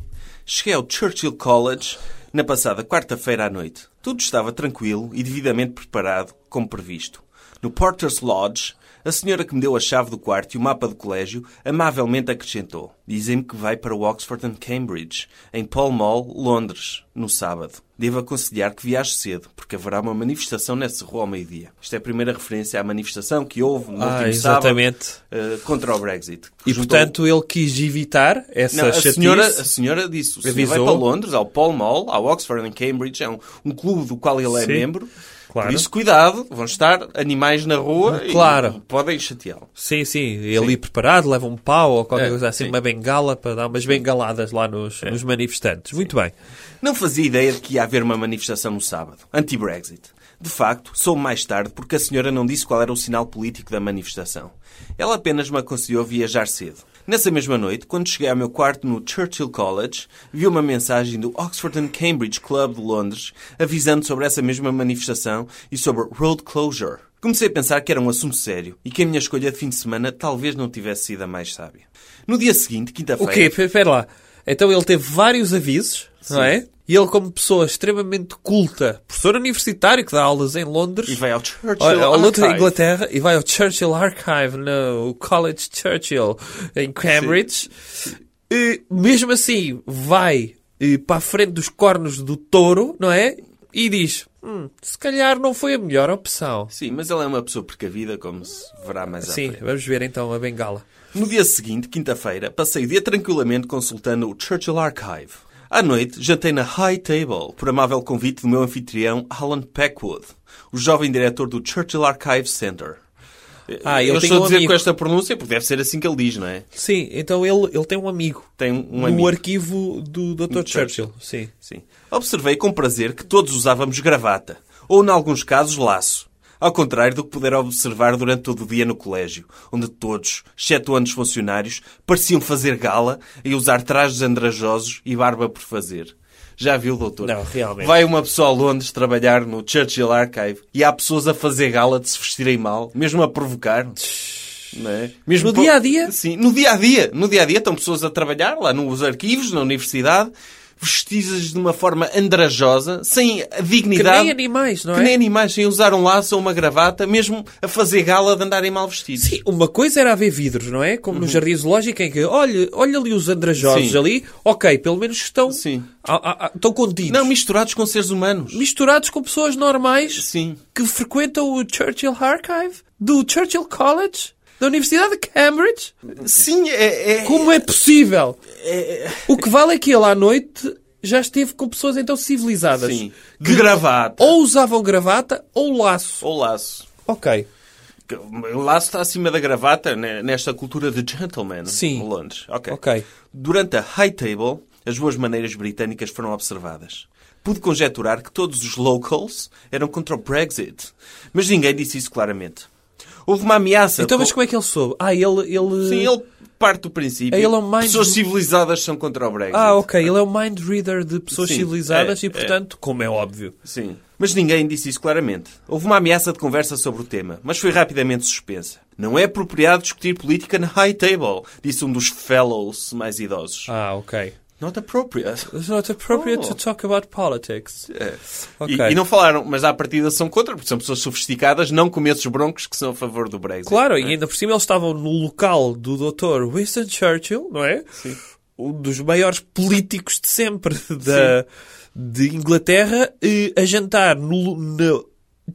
S2: Cheguei ao Churchill College na passada quarta-feira à noite. Tudo estava tranquilo e devidamente preparado, como previsto. No Porter's Lodge, a senhora que me deu a chave do quarto e o mapa do colégio amavelmente acrescentou: Dizem-me que vai para Oxford and Cambridge, em Pall Mall, Londres, no sábado. Devo aconselhar que viaje cedo, porque haverá uma manifestação nessa rua ao meio-dia. Isto é a primeira referência à manifestação que houve no
S3: Ah,
S2: último sábado
S3: exatamente.
S2: eh, contra o Brexit.
S3: E
S2: Juntou-
S3: portanto ele quis evitar essa
S2: Não, a,
S3: chatice.
S2: senhora, a senhora disse: o senhor vai
S3: Avisou.
S2: para Londres, ao Pall Mall, ao Oxford and Cambridge, é um, um clube do qual ele é
S3: Sim,
S2: membro.
S3: claro.
S2: Por isso, cuidado, vão estar animais na rua e
S3: Claro.
S2: podem chateá-lo.
S3: Sim, sim, ele ir preparado, leva um pau ou qualquer
S2: É,
S3: coisa assim,
S2: sim. É.
S3: uma bengala para dar umas bengaladas lá nos, nos manifestantes. Muito bem.
S2: Não fazia ideia de que ia haver uma manifestação no sábado, anti-Brexit. De facto, soube mais tarde porque a senhora não disse qual era o sinal político da manifestação. Ela apenas me aconselhou viajar cedo. Nessa mesma noite, quando cheguei ao meu quarto no Churchill College, vi uma mensagem do Oxford and Cambridge Club de Londres avisando sobre essa mesma manifestação e sobre road closure. Comecei a pensar que era um assunto sério e que a minha escolha de fim de semana talvez não tivesse sido a mais sábia. No dia seguinte,
S3: O
S2: quinta-feira.
S3: quê? Espera lá. Então ele teve vários avisos, não é? E ele, como pessoa extremamente culta, professor universitário que dá aulas em Londres,
S2: E vai ao Churchill
S3: ao, ao Londres,
S2: Archive.
S3: é Inglaterra, e vai ao Churchill Archive, no College Churchill, em Cambridge. E, mesmo assim, vai eh, para a frente dos cornos do touro, não é? E diz: "Hum, se calhar não foi a melhor opção.
S2: Sim, mas ela é uma pessoa precavida, como se verá mais à
S3: Sim,
S2: frente.
S3: vamos ver então a bengala.
S2: No dia seguinte, quinta-feira, passei o dia tranquilamente consultando o Churchill Archive. À noite, jantei na High Table, por amável convite do meu anfitrião Alan Packwood, o jovem diretor do Churchill Archive Center.
S3: Ah, ele
S2: Eu
S3: tem
S2: estou
S3: um
S2: a dizer
S3: amigo.
S2: com esta pronúncia porque deve ser assim que ele diz, não é?
S3: Sim, então ele, ele tem um amigo.
S2: Tem um
S3: no
S2: amigo.
S3: arquivo do Dr. Churchill. Sim.
S2: Sim. Observei com prazer que todos usávamos gravata, ou, em alguns casos, laço. Ao contrário do que pudera observar durante todo o dia no colégio, onde todos, excetuando os funcionários, pareciam fazer gala e usar trajes andrajosos e barba por fazer. Já viu, doutor?
S3: Não, realmente.
S2: Vai uma pessoa a Londres trabalhar no Churchill Archive e há pessoas a fazer gala de se vestirem mal, mesmo a provocar. Não é? Mesmo
S3: No
S2: po-
S3: dia-a-dia?
S2: Sim, no dia a dia. No dia a dia estão pessoas a trabalhar lá nos arquivos, na universidade, vestidas de uma forma andrajosa, sem a
S3: Que
S2: dignidade.
S3: nem animais, não
S2: que
S3: é?
S2: nem animais, sem usar um laço ou uma gravata, mesmo a fazer gala de andarem mal vestidos.
S3: Sim, uma coisa era haver vidros, não é? Como no jardim zoológico em que, olha, olha ali os andrajosos
S2: Uhum. Sim.
S3: ali, ok, pelo menos estão,
S2: Sim.
S3: a- a- a- estão contidos.
S2: Não, misturados com seres humanos.
S3: Misturados com pessoas normais
S2: Sim.
S3: que frequentam o Churchill Archive do Churchill College da Universidade de Cambridge.
S2: Sim, é. é-
S3: Como é possível?
S2: é-
S3: O que vale é que ele à noite já esteve com pessoas então civilizadas.
S2: Sim. De gravata.
S3: Ou usavam gravata ou laço.
S2: Ou laço.
S3: Ok.
S2: Que O laço está acima da gravata ne- nesta cultura de gentleman
S3: Sim.
S2: de Londres. Ok.
S3: Ok.
S2: Durante a High Table, as boas maneiras britânicas foram observadas. Pude conjecturar que todos os locals eram contra o Brexit, mas ninguém disse isso claramente. Houve uma ameaça.
S3: Então, mas
S2: com-
S3: como é que ele soube? Ah, ele. ele...
S2: Sim, ele parte do princípio.
S3: Ele é o mais-
S2: Pessoas civilizadas são contra o Brexit.
S3: Ah, ok. Ele é o mind reader de pessoas
S2: Sim,
S3: civilizadas
S2: é,
S3: e, portanto, como é óbvio.
S2: Sim. Mas ninguém disse isso claramente. Houve uma ameaça de conversa sobre o tema, mas foi rapidamente suspensa. Não é apropriado discutir política na High Table, disse um dos fellows mais idosos.
S3: Ah, ok.
S2: Not appropriate.
S3: It's not appropriate
S2: Oh.
S3: to talk about politics.
S2: É.
S3: Ok.
S2: E, e não falaram, mas à partida são contra, porque são pessoas sofisticadas, não como esses broncos que são a favor do Brexit.
S3: Claro, e ainda por cima eles estavam no local do Dr. Winston Churchill, não é? Sim. Um dos maiores políticos de sempre da, de Inglaterra, e a jantar no, no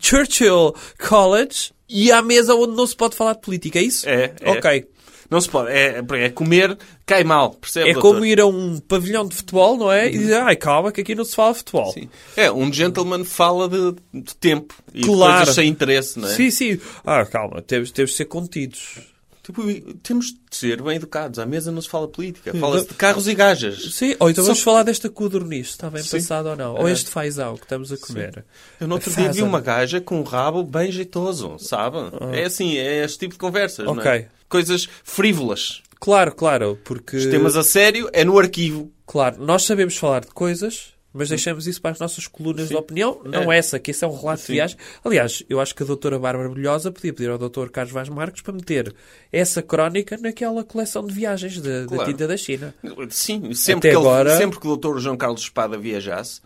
S3: Churchill College e à mesa onde não se pode falar de política, é isso?
S2: É, é.
S3: Ok.
S2: Não se pode. É, é comer, cai mal, percebe?
S3: É
S2: doutor?
S3: como ir a um pavilhão de futebol, não é? E dizer, ai, calma, que aqui não se fala de futebol.
S2: Sim. É, um gentleman fala de, de tempo e de
S3: Claro.
S2: coisas sem interesse, não é?
S3: Sim, sim. Ah, calma, temos, temos de ser contidos.
S2: Tipo, temos de ser bem educados. À mesa não se fala política, fala-se de carros e gajas.
S3: Sim, ou então
S2: Só-
S3: vamos falar desta codorniz, se está bem
S2: Sim.
S3: passado ou não. Ou
S2: É.
S3: este fazão que estamos a comer.
S2: Eu no outro dia vi
S3: Fazem.
S2: uma gaja com um rabo bem jeitoso, sabe? É assim, é este tipo de conversas, não é?
S3: Ok.
S2: Coisas frívolas.
S3: Claro, claro, porque...
S2: Os temas a sério é no arquivo.
S3: Claro, nós sabemos falar de coisas, mas deixamos isso para as nossas colunas de opinião. Não essa, que esse é um relato de viagem. Aliás, eu acho que a doutora Bárbara Bilhosa podia pedir ao doutor Carlos Vaz Marques para meter essa crónica naquela coleção de viagens da- da
S2: Claro.
S3: tinta da China.
S2: Sim, sempre
S3: Até
S2: que, ele-
S3: agora-
S2: sempre que o doutor João Carlos Espada viajasse.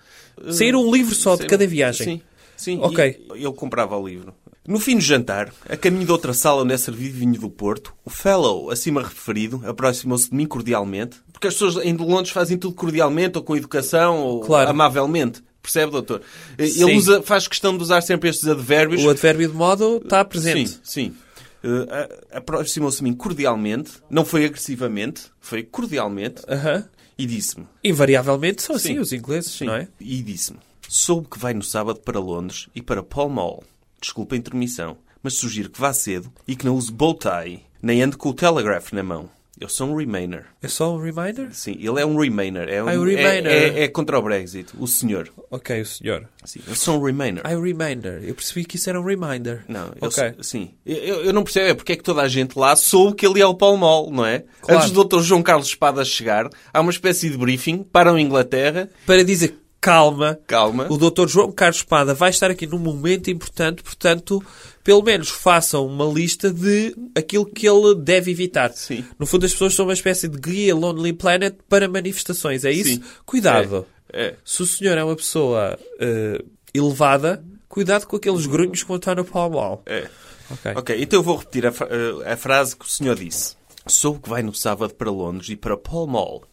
S2: eh,
S3: Sair um livro só de
S2: saíram-
S3: cada viagem.
S2: Sim, sim.
S3: Ok.
S2: e ele comprava o livro. No fim do jantar, a caminho de outra sala onde é servido vinho do Porto, o fellow acima referido aproximou-se de mim cordialmente, porque as pessoas em Londres fazem tudo cordialmente, ou com educação, ou
S3: Claro.
S2: amavelmente. Percebe, doutor? Eh,
S3: Sim.
S2: Ele usa- faz questão de usar sempre estes advérbios.
S3: O advérbio de modo está presente.
S2: Sim, sim. Eh, a- Aproximou-se de mim cordialmente, não foi agressivamente, foi cordialmente,
S3: Aham.
S2: e disse-me:
S3: Invariavelmente são assim
S2: Sim.
S3: os ingleses,
S2: Sim.
S3: não é?
S2: E disse-me: Soube que vai no sábado para Londres e para Pall Mall. Desculpa a intermissão, mas sugiro que vá cedo e que não use bow tie, nem ande com o Telegraph na mão. Eu sou um Remainer.
S3: É só um reminder?
S2: Sim, ele é um Remainer. É, um,
S3: Ah, é um
S2: é-
S3: Remainer.
S2: É, é contra o Brexit, o senhor.
S3: Ok, o senhor.
S2: Sim, eu sou um Remainer.
S3: Ah, é um reminder. Eu percebi que isso era um reminder.
S2: Não, eu,
S3: ok.
S2: sim. Eu- Eu, eu não percebo é porque é que toda a gente lá soube que ele é o Pall Mall, não é?
S3: Claro.
S2: Antes do Dr. João Carlos Espada chegar, há uma espécie de briefing, param a Inglaterra,
S3: Para dizer calma,
S2: calma,
S3: o Dr. João Carlos Espada vai estar aqui num momento importante, portanto, pelo menos façam uma lista de aquilo que ele deve evitar.
S2: Sim.
S3: No fundo, as pessoas são uma espécie de guia Lonely Planet para manifestações, é isso?
S2: Sim.
S3: Cuidado.
S2: É, é.
S3: Se o senhor é uma pessoa eh, elevada, cuidado com aqueles grunhos que vão estar no Pall Mall.
S2: é.
S3: Ok.
S2: Ok, então eu vou repetir a, fra- eh, a frase que o senhor disse. Soube que vai no sábado para Londres e para Pall Mall.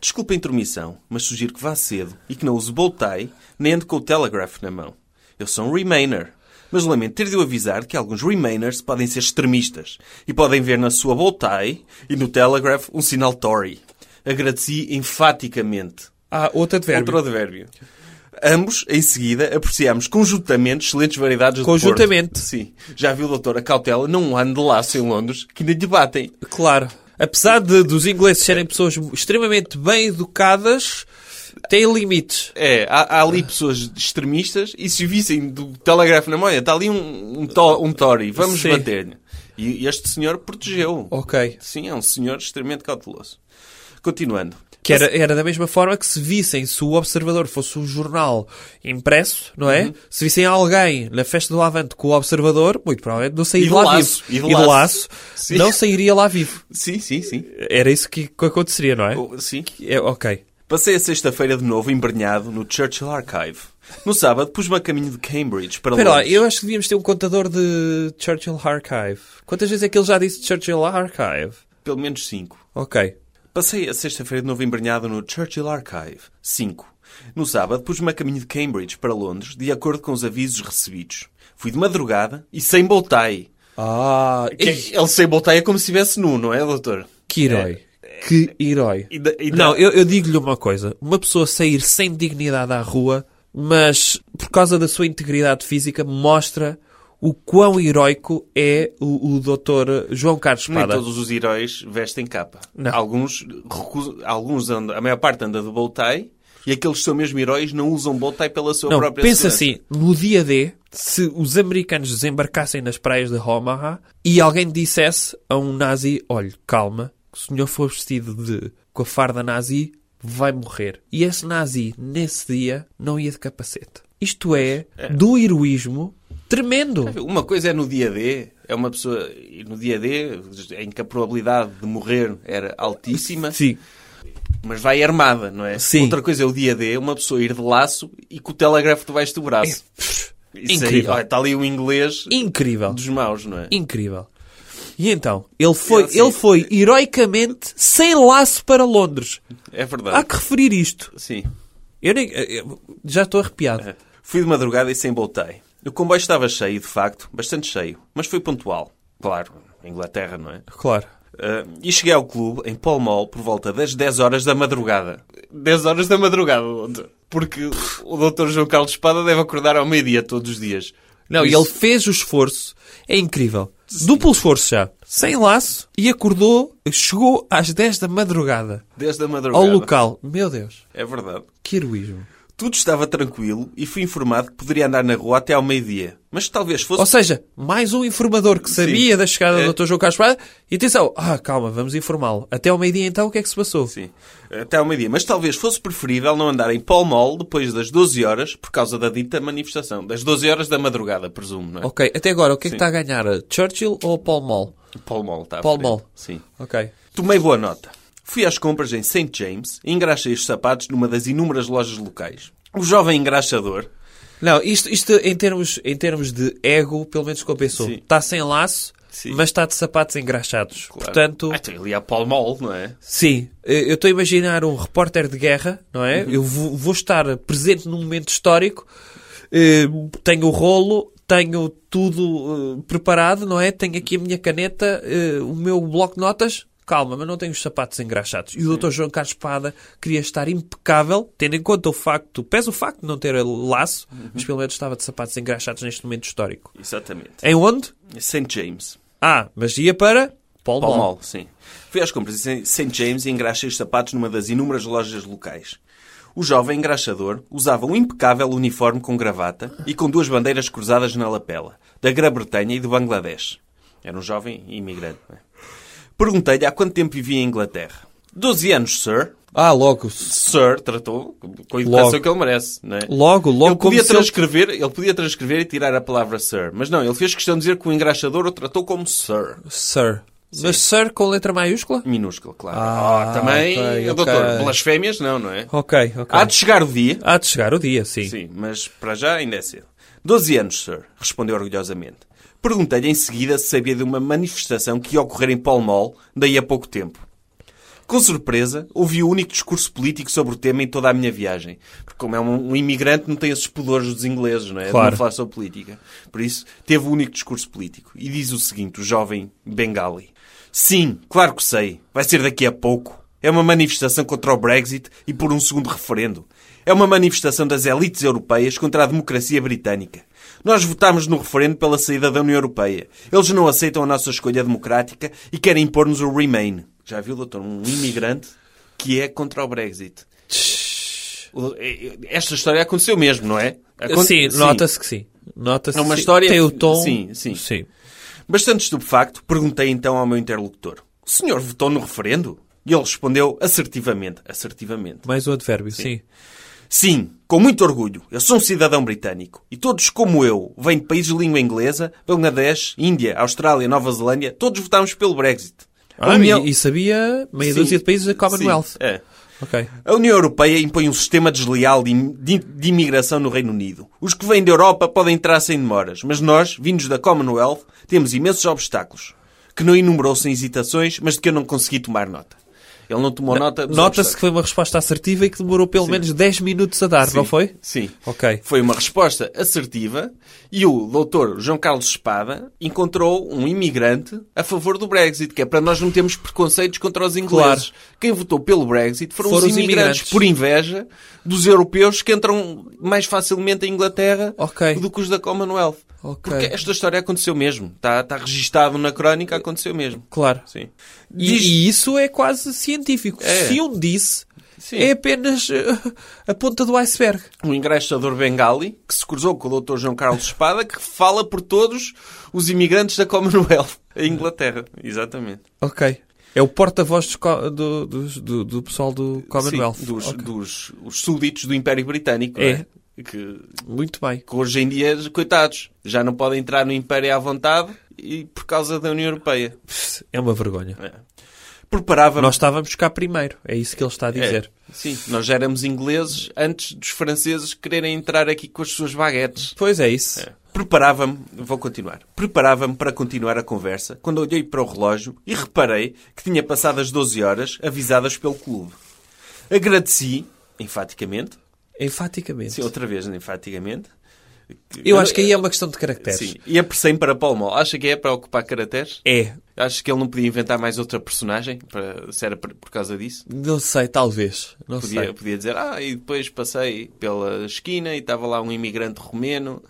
S2: Desculpe a intermissão, mas sugiro que vá cedo e que não use bow tie nem ande com o Telegraph na mão. Eu sou um Remainer, mas lamento ter de o avisar que alguns Remainers podem ser extremistas e podem ver na sua bow tie e no Telegraph um sinal Tory. Agradeci enfaticamente.
S3: Ah, outro advérbio.
S2: Outro advérbio. Ambos, em seguida, apreciámos conjuntamente excelentes variedades
S3: Conjuntamente.
S2: de Porto. Sim. Já viu, doutor, a cautela não anda de laço em Londres, que ainda lhe batem.
S3: Claro. Apesar de, dos ingleses serem pessoas extremamente bem educadas, têm limites.
S2: É, há, há ali pessoas extremistas e se vissem do telegrafo na moeda, está ali um, um, to- um Tory, vamos
S3: Sim. Oh.
S2: bater-lhe. E este senhor protegeu.
S3: Ok.
S2: Sim, é um senhor extremamente cauteloso. Continuando.
S3: Que era, era da mesma forma que se vissem, se o Observador fosse um jornal impresso, não
S2: Uhum.
S3: é? Se vissem alguém na festa do Avante com o Observador, muito provavelmente não sairia
S2: E do
S3: lá
S2: laço,
S3: vivo.
S2: e do laço. Sim.
S3: não sairia lá vivo.
S2: Sim, sim, sim.
S3: Era isso que, que aconteceria, não é?
S2: Oh, Sim.
S3: é ok.
S2: Passei a sexta-feira de novo embrenhado no Churchill Archive. No sábado pus-me a caminho de Cambridge para
S3: Espera lá,
S2: Londres.
S3: eu acho que devíamos ter um contador de Churchill Archive. Quantas vezes é que ele já disse Churchill Archive?
S2: Pelo menos cinco.
S3: Ok.
S2: Passei a sexta-feira de novo embrenhado no Churchill Archive. 5. No sábado, pus-me a caminho de Cambridge para Londres, de acordo com os avisos recebidos. Fui de madrugada e sem boltai.
S3: Ah, ei,
S2: Ele sem boltai é como se estivesse nu, não é, doutor? É.
S3: que herói. Que herói.
S2: E da- e da-
S3: Não, eu, eu digo-lhe uma coisa. Uma pessoa sair sem dignidade à rua, mas por causa da sua integridade física, mostra o quão heroico é o, o doutor João Carlos
S2: Nem
S3: Espada.
S2: todos os heróis vestem capa.
S3: Não.
S2: Alguns, recusam, alguns andam, a maior parte anda de bow tie e aqueles que são mesmo heróis não usam bow tie pela sua
S3: Não,
S2: própria
S3: pensa
S2: segurança.
S3: assim, no dia D, se os americanos desembarcassem nas praias de Omaha e alguém dissesse a um nazi, olha, calma, que se o senhor for vestido de, com a farda nazi, vai morrer. E esse nazi, nesse dia, não ia de capacete. Isto é, do heroísmo tremendo.
S2: Uma coisa é no dia D, é uma pessoa e no dia D em que a probabilidade de morrer era altíssima,
S3: Sim.
S2: mas vai armada, não é?
S3: Sim.
S2: Outra coisa é o dia D, uma pessoa ir de laço e com o telégrafo debaixo do braço. Isso
S3: incrível.
S2: Aí, olha, está ali o inglês
S3: Incrível.
S2: dos maus, não é?
S3: Incrível. E então, ele foi,
S2: assim-
S3: ele foi heroicamente sem laço para Londres.
S2: É verdade.
S3: Há que referir isto.
S2: Sim.
S3: Eu nem- eu- já estou
S2: É.
S3: arrepiado.
S2: Fui de madrugada e sem voltei. O comboio estava cheio, de facto, bastante cheio, mas foi pontual. Claro, Inglaterra, não é?
S3: Claro.
S2: Ah, e cheguei ao clube, em Pall Mall, por volta das 10 horas da madrugada. 10 horas da madrugada, doutor. Porque o doutor João Carlos Espada deve acordar ao meio-dia todos os dias.
S3: Não, e
S2: Isso-
S3: ele fez o esforço. É incrível. Duplo esforço já. Sem laço e acordou, chegou às 10 da madrugada
S2: Desde a madrugada.
S3: ao local. Meu Deus,
S2: É verdade.
S3: que heroísmo.
S2: Tudo estava tranquilo e fui informado que poderia andar na rua até ao meio-dia. Mas talvez fosse...
S3: Ou seja, mais um informador que sabia
S2: Sim.
S3: da chegada
S2: É.
S3: do Dr. João Carlos Prado. E atenção, ah, calma, vamos informá-lo. Até ao meio-dia então, o que é que se passou?
S2: Sim, até ao meio-dia. Mas talvez fosse preferível não andar em Pall Mall depois das 12 horas, por causa da dita manifestação. Das 12 horas da madrugada, presumo, não é?
S3: Ok, até agora, o que é que está a ganhar? Churchill ou Paul Mall?
S2: Pall Mall, está à
S3: Pall
S2: frente.
S3: Mall.
S2: Sim.
S3: Ok.
S2: Tomei boa nota. Fui às compras em St. James e engraxei os sapatos numa das inúmeras lojas locais. O jovem engraxador...
S3: Não, isto, isto em, termos, em termos de ego, pelo menos compensou.
S2: Sim.
S3: Está sem laço,
S2: Sim.
S3: mas está de sapatos engraxados.
S2: claro.
S3: Portanto,
S2: Ah, então ele ia a Pall Mall, não é?
S3: sim, eh, eu estou a imaginar um repórter de guerra, não é? Eu vou, vou estar presente num momento histórico, eh, tenho o rolo, tenho tudo eh, preparado, não é? Tenho aqui a minha caneta, eh, o meu bloco de notas. Calma, mas não tenho os sapatos engraxados. E o Dr. João Carlos Espada queria estar impecável, tendo em conta o facto, pesa o facto de não ter laço, mas pelo menos estava de sapatos engraxados neste momento histórico.
S2: Exatamente.
S3: Em onde?
S2: St. James.
S3: Ah, mas ia para Paul
S2: Pall
S3: Mall.
S2: Mall, sim. Fui às compras em St. James e engraxei os sapatos numa das inúmeras lojas locais. O jovem engraxador usava um impecável uniforme com gravata e com duas bandeiras cruzadas na lapela, da Grã-Bretanha e do Bangladesh. Era um jovem imigrante. não é? Perguntei-lhe há quanto tempo vivia em Inglaterra. 12 anos, sir.
S3: Ah, logo.
S2: Sir, tratou com a educação
S3: Logo.
S2: que ele merece, não é?
S3: Logo, logo,
S2: Ele podia,
S3: como se ele-
S2: transcrever, ele podia transcrever e tirar a palavra sir, mas não, ele fez questão de dizer que o engraxador o tratou como sir.
S3: Sir. Mas Sir com letra maiúscula?
S2: Minúsculo, claro.
S3: Ah,
S2: Ah, também,
S3: ok,
S2: doutor,
S3: ok.
S2: blasfémias não, não é?
S3: Ok, ok.
S2: Há de chegar o dia.
S3: Há de chegar o dia, sim.
S2: Sim, mas para já ainda é cedo. 12 anos, sir, respondeu orgulhosamente. Perguntei-lhe em seguida se sabia de uma manifestação que ia ocorrer em Pall Mall daí a pouco tempo. Com surpresa, ouvi o único discurso político sobre o tema em toda a minha viagem. Porque como é um, um imigrante, não tem esses pudores dos ingleses, não é? De
S3: Claro.
S2: não falar sobre política. Por isso, teve o único discurso político. E diz o seguinte, o jovem Bengali. Sim, claro que sei. Vai ser daqui a pouco. É uma manifestação contra o Brexit e por um segundo referendo. É uma manifestação das elites europeias contra a democracia britânica. Nós votámos no referendo pela saída da União Europeia. Eles não aceitam a nossa escolha democrática e querem impor-nos o Remain. Já viu, doutor? Um imigrante que é contra o Brexit. O- eh, Esta história aconteceu mesmo, não é? Aconte-
S3: Sim, nota-se que sim. Nota-se
S2: É uma
S3: que sim.
S2: história-
S3: Tem o tom.
S2: sim, sim.
S3: Sim.
S2: Bastante estupefacto, perguntei então ao meu interlocutor: O senhor votou no referendo? E ele respondeu assertivamente: Assertivamente.
S3: Mais um advérbio, sim.
S2: Sim, com muito orgulho, eu sou um cidadão britânico e todos, como eu, vêm de países de língua inglesa, Bangladesh, Índia, Austrália, Nova Zelândia, todos votámos pelo Brexit.
S3: Ah,
S2: A União-
S3: e, e sabia meia
S2: Sim,
S3: dúzia de países da
S2: sim,
S3: Commonwealth.
S2: é.
S3: Ok.
S2: A União Europeia impõe um sistema desleal de, im- de- de imigração no Reino Unido. Os que vêm da Europa podem entrar sem demoras, mas nós, vindos da Commonwealth, temos imensos obstáculos, que não enumerou sem hesitações, mas de que eu não consegui tomar nota. Ele não tomou nota. dos
S3: Nota-se que foi uma resposta assertiva e que demorou pelo menos 10 minutos a dar,
S2: Sim,
S3: não foi?
S2: Sim.
S3: Ok.
S2: Foi uma resposta assertiva e o doutor João Carlos Espada encontrou um imigrante a favor do Brexit, que é para nós não termos preconceitos contra os ingleses. Quem votou pelo Brexit foram,
S3: Foram
S2: os
S3: os
S2: imigrantes,
S3: imigrantes.
S2: por inveja dos europeus que entram mais facilmente em Inglaterra
S3: Ok.
S2: do que os da Commonwealth.
S3: Ok.
S2: Porque esta história aconteceu mesmo. Está, está registado na crónica, aconteceu mesmo.
S3: Claro.
S2: Sim.
S3: E,
S2: Diz-
S3: e isso é quase científico.
S2: É.
S3: Se um disse,
S2: Sim.
S3: é apenas eh, a ponta do iceberg.
S2: um engraxador bengali que se cruzou com o Dr. João Carlos Espada, que fala por todos os imigrantes da Commonwealth, a Inglaterra. Exatamente.
S3: Ok. É o porta-voz dos co- do, dos- do, do pessoal do Commonwealth.
S2: Sim, dos,
S3: Ok.
S2: dos os súditos do Império Britânico.
S3: É.
S2: não Que,
S3: Muito bem.
S2: que hoje em dia, coitados, já não podem entrar no Império à vontade e por causa da União Europeia.
S3: Pff, É uma vergonha.
S2: Preparava
S3: Nós estávamos cá primeiro. É isso que ele está a dizer.
S2: Sim, nós já éramos ingleses antes dos franceses quererem entrar aqui com as suas baguetes.
S3: Pois é isso.
S2: Preparava-me, vou continuar. Preparava-me para continuar a conversa quando olhei para o relógio e reparei que tinha passado as 12 horas avisadas pelo clube. Agradeci, enfaticamente,
S3: Enfaticamente.
S2: É. sim, outra vez, enfaticamente.
S3: Eu acho que aí é uma questão de caracteres.
S2: Sim, e apressei-me para Palmol. Acha que é para ocupar caracteres?
S3: É.
S2: Acho que ele não podia inventar mais outra personagem? Para, se era por por causa disso?
S3: Não sei, talvez. Não
S2: Podia,
S3: sei.
S2: podia dizer, ah, e depois passei pela esquina e estava lá um imigrante romeno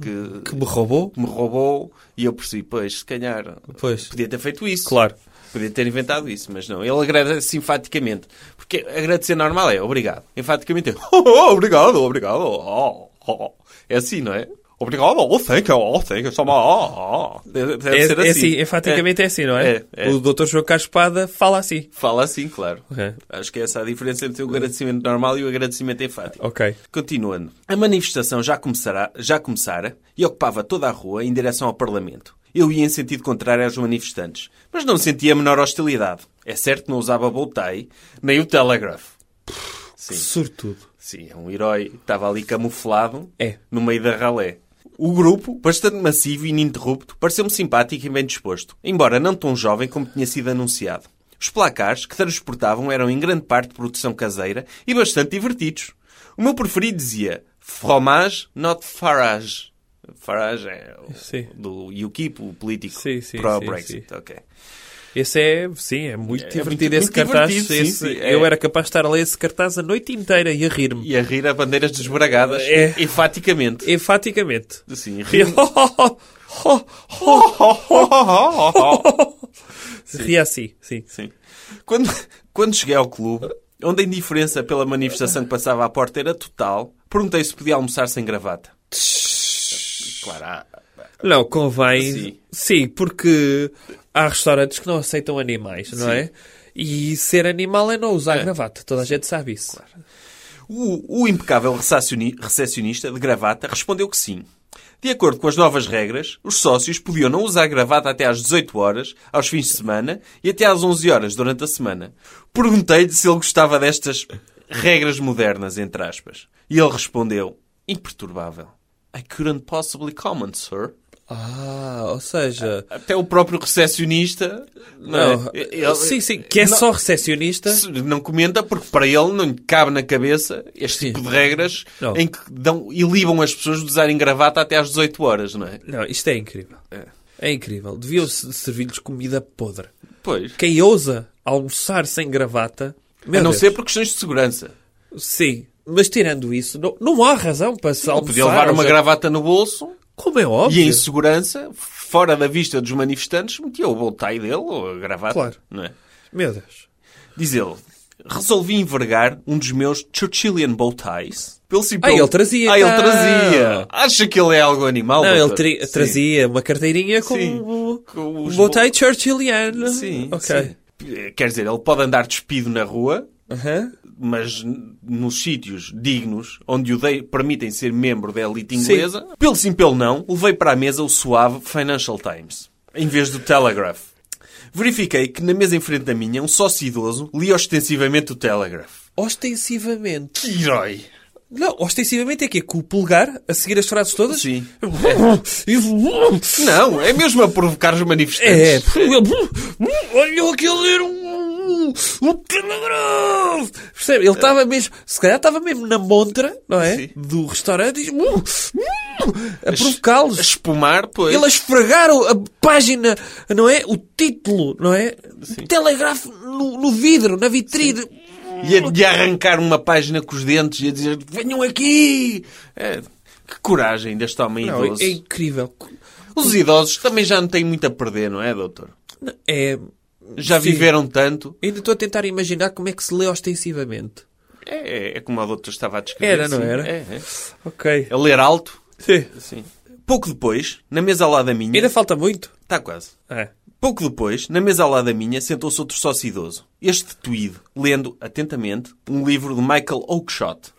S2: que,
S3: Que me roubou?
S2: que me roubou e eu percebi, pois, se calhar.
S3: Pois.
S2: Podia ter feito isso.
S3: Claro.
S2: Podia ter inventado isso, mas não. Ele agradece enfaticamente. Porque agradecer normal é obrigado. Enfaticamente é oh, oh, obrigado, obrigado. Oh, oh. É assim, não é? Obrigado, oh, thank you, oh, thank you so much. Oh, oh. Deve deve
S3: É,
S2: ser
S3: é assim, enfaticamente é, assim, não é?
S2: É, é.
S3: O Dr. João Carlos Espada fala assim.
S2: Fala assim, claro.
S3: Ok.
S2: Acho que essa é a diferença entre o agradecimento normal e o agradecimento enfático.
S3: Ok.
S2: Continuando. A manifestação já, começará, já começara e ocupava toda a rua em direção ao Parlamento. Eu ia em sentido contrário aos manifestantes, mas não sentia a menor hostilidade. É certo que não usava Bowtie, nem o Telegraph. Sim,
S3: Sortudo.
S2: sim, é um herói que estava ali camuflado
S3: É.
S2: no meio da ralé. O grupo, bastante massivo e ininterrupto, pareceu-me simpático e bem disposto, embora não tão jovem como tinha sido anunciado. Os placares que transportavam eram em grande parte produção caseira e bastante divertidos. O meu preferido dizia Fromage, not Farage. Farage é o,
S3: Sim.
S2: do UKIP, o político
S3: Sim, sim, sim,
S2: pró-Brexit. ok.
S3: Esse é, sim, é muito
S2: É muito-
S3: divertido esse
S2: muito
S3: cartaz.
S2: divertido,
S3: esse-
S2: sim, sim, é.
S3: Eu era capaz de estar a ler esse cartaz a noite inteira e a rir-me.
S2: E a rir a bandeiras desbragadas,
S3: É.
S2: enfaticamente.
S3: Enfaticamente.
S2: Assim,
S3: E-
S2: rir.
S3: Ria assim, sim.
S2: Sim. Quando, quando cheguei ao clube, onde a indiferença pela manifestação que passava à porta era total, perguntei se podia almoçar sem gravata. Claro, há-
S3: Não, convém. Sim.
S2: Sim.
S3: porque há restaurantes que não aceitam animais, não
S2: Sim.
S3: é? E ser animal é não usar gravata. Toda a gente sabe isso.
S2: O, o impecável recepcioni- recepcionista de gravata respondeu que sim. De acordo com as novas regras, os sócios podiam não usar gravata até às 18 horas, aos fins de semana e até às 11 horas durante a semana. Perguntei-lhe se ele gostava destas regras modernas, entre aspas. E ele respondeu, imperturbável. I couldn't possibly comment, sir.
S3: Ah, ou seja...
S2: Até o próprio recepcionista...
S3: Não,
S2: é? Ele-
S3: sim, sim, que é
S2: Não-
S3: só recepcionista.
S2: se não comenta porque para ele não lhe cabe na cabeça este
S3: Sim.
S2: tipo de regras
S3: Não.
S2: em que dão, ilibam as pessoas de usarem gravata até às 18 horas, não é?
S3: Não, isto é incrível. É, incrível. Deviam se servir-lhes comida podre.
S2: Pois.
S3: Quem ousa almoçar sem gravata... Meu
S2: a não
S3: Deus.
S2: ser por questões de segurança.
S3: Sim, mas tirando isso, não, não há razão para se almoçar.
S2: Podia levar
S3: ou
S2: uma
S3: seja,
S2: gravata no bolso
S3: Como é óbvio.
S2: e em segurança, fora da vista dos manifestantes, metia o bow tie dele ou a gravata.
S3: Claro.
S2: Não é?
S3: Meu Deus.
S2: Diz ele, resolvi envergar um dos meus Churchillian bow ties. Pelo simples-
S3: Ah, ele trazia,
S2: Ah, ele
S3: não.
S2: trazia. Acha que ele é algo animal?
S3: Não, ele
S2: doutor?
S3: tri-
S2: Sim.
S3: trazia uma carteirinha com
S2: Sim,
S3: o
S2: com
S3: o
S2: os
S3: botei Churchilliano.
S2: Sim,
S3: Ok.
S2: sim. Quer dizer, ele pode andar despido na rua,
S3: Aham.
S2: mas n- nos sítios dignos, onde o dei, permitem ser membro da elite inglesa, pelo sim, pelo não, levei para a mesa o suave Financial Times, em vez do Telegraph. Verifiquei que na mesa em frente da minha, um sócio idoso lia ostensivamente o Telegraph.
S3: Ostensivamente.
S2: Que herói!
S3: Não, ostensivamente é que é com o polegar a seguir as frases todas?
S2: Sim.
S3: E-
S2: Não, é mesmo a provocar os
S3: É.
S2: manifestantes.
S3: Olha aqui a ler um. O telegrafo! Percebe? Ele estava mesmo. Se calhar estava mesmo na montra, não é?
S2: Sim.
S3: Do restaurante e. A provocá-los.
S2: A espumar, pois.
S3: Ele a esfregar o- a página, não é? O título, não é? Telegrafo no, no vidro, na vitrine.
S2: E a de arrancar uma página com os dentes e a dizer: venham aqui! É. O Que coragem deste homem
S3: Não,
S2: idoso.
S3: é, é incrível.
S2: Os idosos também já não têm muito a perder, não é, doutor?
S3: É...
S2: Já
S3: Sim.
S2: viveram tanto.
S3: Ainda estou a tentar imaginar como é que se lê ostensivamente.
S2: É, é como a doutora estava a descrever.
S3: Era, não
S2: sim.
S3: era?
S2: É, é.
S3: Ok.
S2: A ler alto.
S3: Sim.
S2: Sim. Pouco depois, na mesa ao lado da minha...
S3: Ainda falta muito?
S2: Está quase.
S3: É.
S2: Pouco depois, na mesa ao lado da minha, sentou-se outro sócio idoso. Este tuído, lendo atentamente um livro de Michael Oakeshott.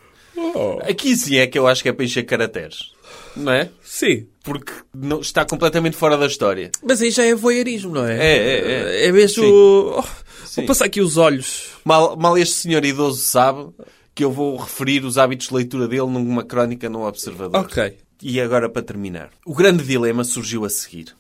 S3: Oh.
S2: Aqui sim é que eu acho que é para encher caracteres. Não é?
S3: Sim.
S2: Porque não- está completamente fora da história.
S3: Mas aí já é voyeurismo, não é?
S2: É, é, é.
S3: É mesmo...
S2: Sim.
S3: Oh,
S2: Sim.
S3: Vou passar aqui os olhos.
S2: Mal, mal este senhor idoso sabe que eu vou referir os hábitos de leitura dele numa crónica no Observador.
S3: Ok.
S2: E agora para terminar. O grande dilema surgiu a seguir.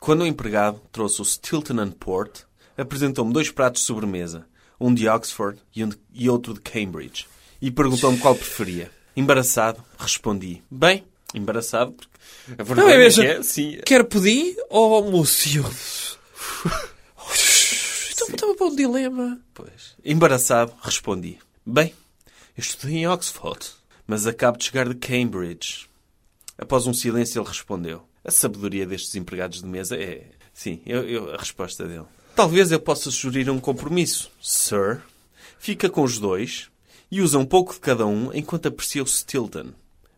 S2: Quando o empregado trouxe o Stilton and Port, apresentou-me dois pratos de sobremesa, um de Oxford e, um de- e outro de Cambridge, e perguntou-me qual preferia. Embaraçado, respondi. Bem, embaraçado, porque a verdade
S3: Não, é
S2: é,
S3: mesmo.
S2: que é, sim.
S3: Quer pudim ou múcio? Estava para um dilema.
S2: Pois. Embaraçado, respondi. Bem, eu estudei em Oxford, mas acabo de chegar de Cambridge. Após um silêncio, ele respondeu. A sabedoria destes empregados de mesa é... Sim, eu, eu- a resposta dele. Talvez eu possa sugerir um compromisso. Sir, fica com os dois e usa um pouco de cada um enquanto aprecia o Stilton.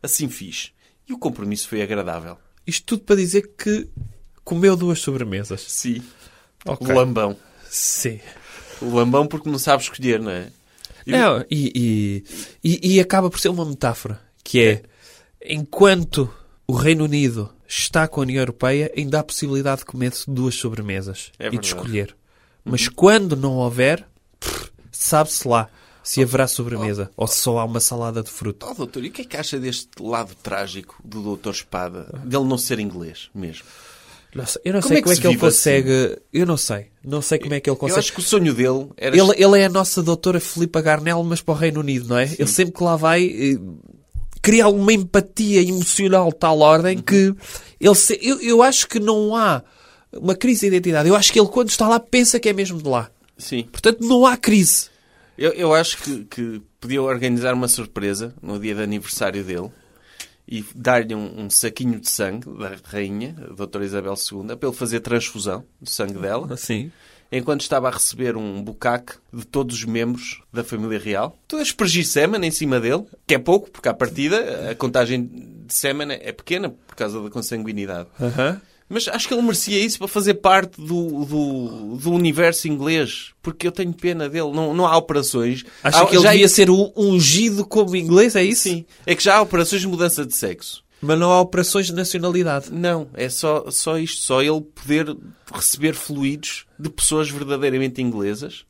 S2: Assim fiz. E o compromisso foi agradável.
S3: Isto tudo para dizer que comeu duas sobremesas.
S2: Sim.
S3: Ok.
S2: Lambão.
S3: Sim.
S2: Lambão porque não sabe escolher, não é? E-
S3: Não, e, e, e- e acaba por ser uma metáfora, que é, enquanto o Reino Unido está com a União Europeia, ainda há possibilidade de comer-se duas sobremesas
S2: É
S3: e de
S2: verdade.
S3: escolher. Mas quando não houver, pff, sabe-se lá se haverá sobremesa ou se só há uma salada de fruta.
S2: Oh, doutor, e o que é que acha deste lado trágico do doutor Espada? Dele não ser inglês mesmo.
S3: Nossa, eu não
S2: Como é
S3: sei
S2: que
S3: como é
S2: se
S3: que ele
S2: vive
S3: consegue... Eu não sei. Não sei como é que ele
S2: Eu
S3: consegue...
S2: acho que o sonho dele era...
S3: Ele, ele é a nossa doutora Filipa Garnel, mas para o Reino Unido, não é? Ele sempre que lá vai eh, cria uma empatia emocional de tal ordem que ele se- eu, eu acho que não há uma crise de identidade. Eu acho que ele, quando está lá, pensa que é mesmo de lá.
S2: Sim.
S3: Portanto, não há crise.
S2: Eu, eu acho que, que podia organizar uma surpresa no dia de aniversário dele e dar-lhe um, um saquinho de sangue da rainha, a doutora Isabel II, para ele fazer transfusão do sangue dela,
S3: Sim.
S2: enquanto estava a receber um bucaque de todos os membros da família real. Então Toda a espreguiçemana em cima dele, que é pouco, porque à partida a contagem de semana é pequena por causa da consanguinidade. Mas acho que ele merecia isso para fazer parte do, do, do universo inglês. Porque eu tenho pena dele. Não, não há operações.
S3: Acha
S2: Há-
S3: que ele
S2: já
S3: devia ser um- ungido como inglês, é isso?
S2: Sim. É que já há operações de mudança de sexo.
S3: Mas não há operações de nacionalidade.
S2: Não, é só, só isto. Só ele poder receber fluidos de pessoas verdadeiramente inglesas.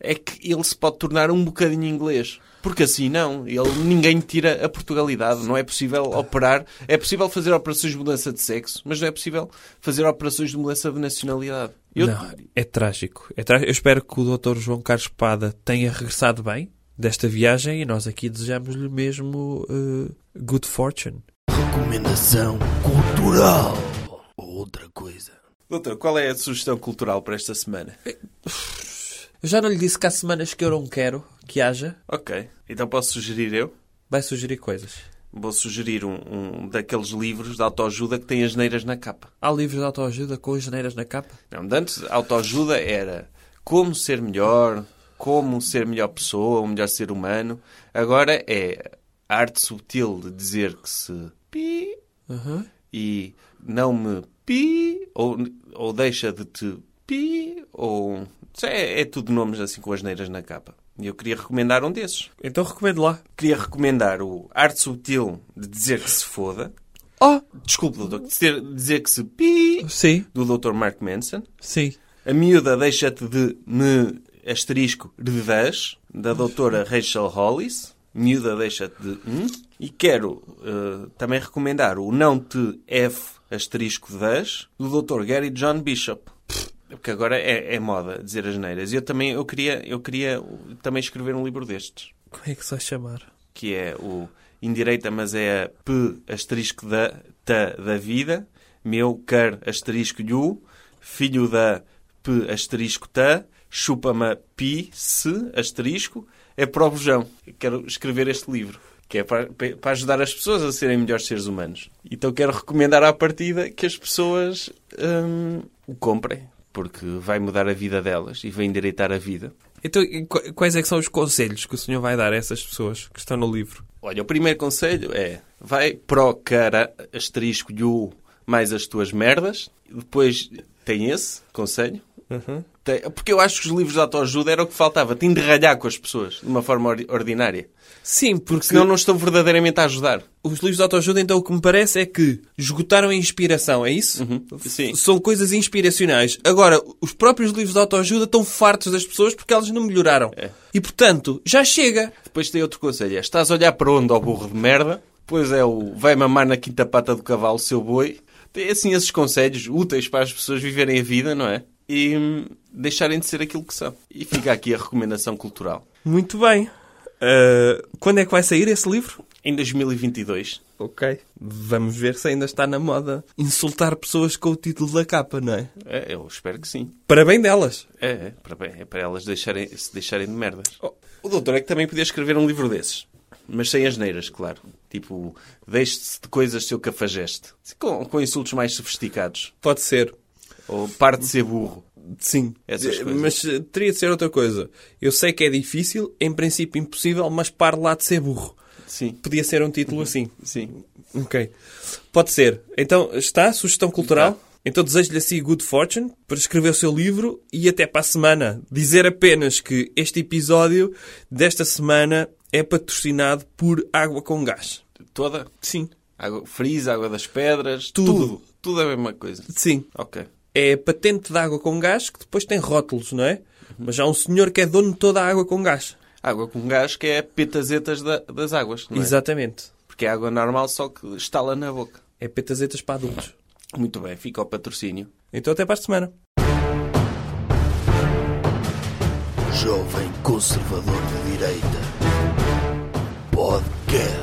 S2: É que ele se pode tornar um bocadinho inglês. Porque assim não. Ele, ninguém tira a Portugalidade. Não é possível operar. É possível fazer operações de mudança de sexo, mas não é possível fazer operações de mudança de nacionalidade. Eu,
S3: Não, é trágico. É trá- Eu espero que o Dr. João Carlos Espada tenha regressado bem desta viagem e nós aqui desejamos-lhe mesmo eh, good fortune.
S1: Recomendação cultural. Outra coisa.
S2: Doutor, qual é a sugestão cultural para esta semana?
S3: Eu já não lhe disse que há semanas que eu não quero que haja.
S2: Ok, então posso sugerir eu?
S3: Vai sugerir coisas.
S2: Vou sugerir um, um daqueles livros de autoajuda que tem as neiras na capa.
S3: Há livros de autoajuda com as janeiras na capa?
S2: Não, de antes, a autoajuda era como ser melhor, como ser melhor pessoa, um melhor ser humano. Agora é a arte subtil de dizer que se pi
S3: Uhum.
S2: e não me pi ou, ou deixa de te pi ou... É, é tudo nomes assim com as neiras na capa. E eu queria recomendar um desses.
S3: Então recomendo lá.
S2: queria recomendar o Arte Subtil de Dizer que se foda.
S3: Oh!
S2: Desculpe, doutor. de Dizer, dizer que se pi.
S3: Sim,
S2: Do Dr. Mark Manson.
S3: sim.
S2: A miúda deixa-te de me asterisco redas. Da doutora Rachel Hollis. Miúda deixa-te de hum. E quero eh, também recomendar o Não te F asterisco das. Do Dr. Gary John Bishop. Porque agora é, é moda dizer as neiras. E eu também eu queria, eu queria uh, também escrever um livro destes
S3: Como é que se vai chamar?
S2: que é o indireita, mas é a P asterisco da ta da vida, meu car asterisco lhu, filho da P asterisco ta, chupa-me pi se asterisco, é para o bujão. Quero escrever este livro. que é para, para ajudar as pessoas a serem melhores seres humanos. Então quero recomendar à partida que as pessoas hum, o comprem, porque vai mudar a vida delas e vai endireitar a vida.
S3: Então, e qu- quais é que são os conselhos que o senhor vai dar a essas pessoas que estão no livro?
S2: Olha, o primeiro conselho é vai pro cara asterisco you mais as tuas merdas. Depois tem esse conselho. Tem- porque eu acho que os livros de autoajuda era o que faltava. Tem de ralhar com as pessoas de uma forma ordi- ordinária.
S3: Sim, porque
S2: Senão não estão verdadeiramente a ajudar.
S3: os livros de autoajuda, então, o que me parece é que esgotaram a inspiração, é isso? F-
S2: Sim.
S3: São coisas inspiracionais. Agora, os próprios livros de autoajuda estão fartos das pessoas porque elas não melhoraram. E, portanto, já chega.
S2: Depois tem outro conselho. É, estás a olhar para onde, ó burro de merda? Pois é, o vai mamar na quinta pata do cavalo, seu boi. Tem assim esses conselhos úteis para as pessoas viverem a vida, não é? E hum, deixarem de ser aquilo que são. E fica aqui a recomendação cultural.
S3: Muito bem. Ah, quando é que vai sair esse livro?
S2: Em 2022.
S3: Ok. Vamos ver se ainda está na moda insultar pessoas com o título da capa, não é?
S2: É, eu espero que sim.
S3: Para bem delas.
S2: É, é, para, bem, é para elas deixarem, se deixarem de merdas. Oh, o doutor é que também podia escrever um livro desses. Mas sem asneiras, claro. Tipo, deixe-se de coisas seu cafajeste. Com, com insultos mais sofisticados.
S3: Pode ser.
S2: Ou parte de ser burro.
S3: Sim.
S2: Essas
S3: Eh,
S2: coisas.
S3: Mas eh, teria de ser outra coisa. Eu sei que é difícil, em princípio impossível, mas pare lá de ser burro.
S2: Sim,
S3: Podia ser um título assim.
S2: sim.
S3: Ok. Pode ser. Então, está? Sugestão cultural? Então desejo-lhe assim good fortune para escrever o seu livro e até para a semana. Dizer apenas que este episódio desta semana é patrocinado por Água com Gás.
S2: Toda.
S3: Sim.
S2: Água, friz, água das pedras.
S3: Tudo.
S2: Tudo, Tudo é a mesma coisa.
S3: Sim.
S2: Ok.
S3: é a patente de água com gás que depois tem rótulos, não é? Mas há um senhor que é dono de toda a água com gás.
S2: Água com gás que é petazetas da- das águas. Não é?
S3: Exatamente.
S2: Porque é água normal só que estala na boca.
S3: É petazetas para adultos.
S2: Muito bem, fica o patrocínio.
S3: Então até para a semana.
S1: Jovem Conservador de Direita. Podcast.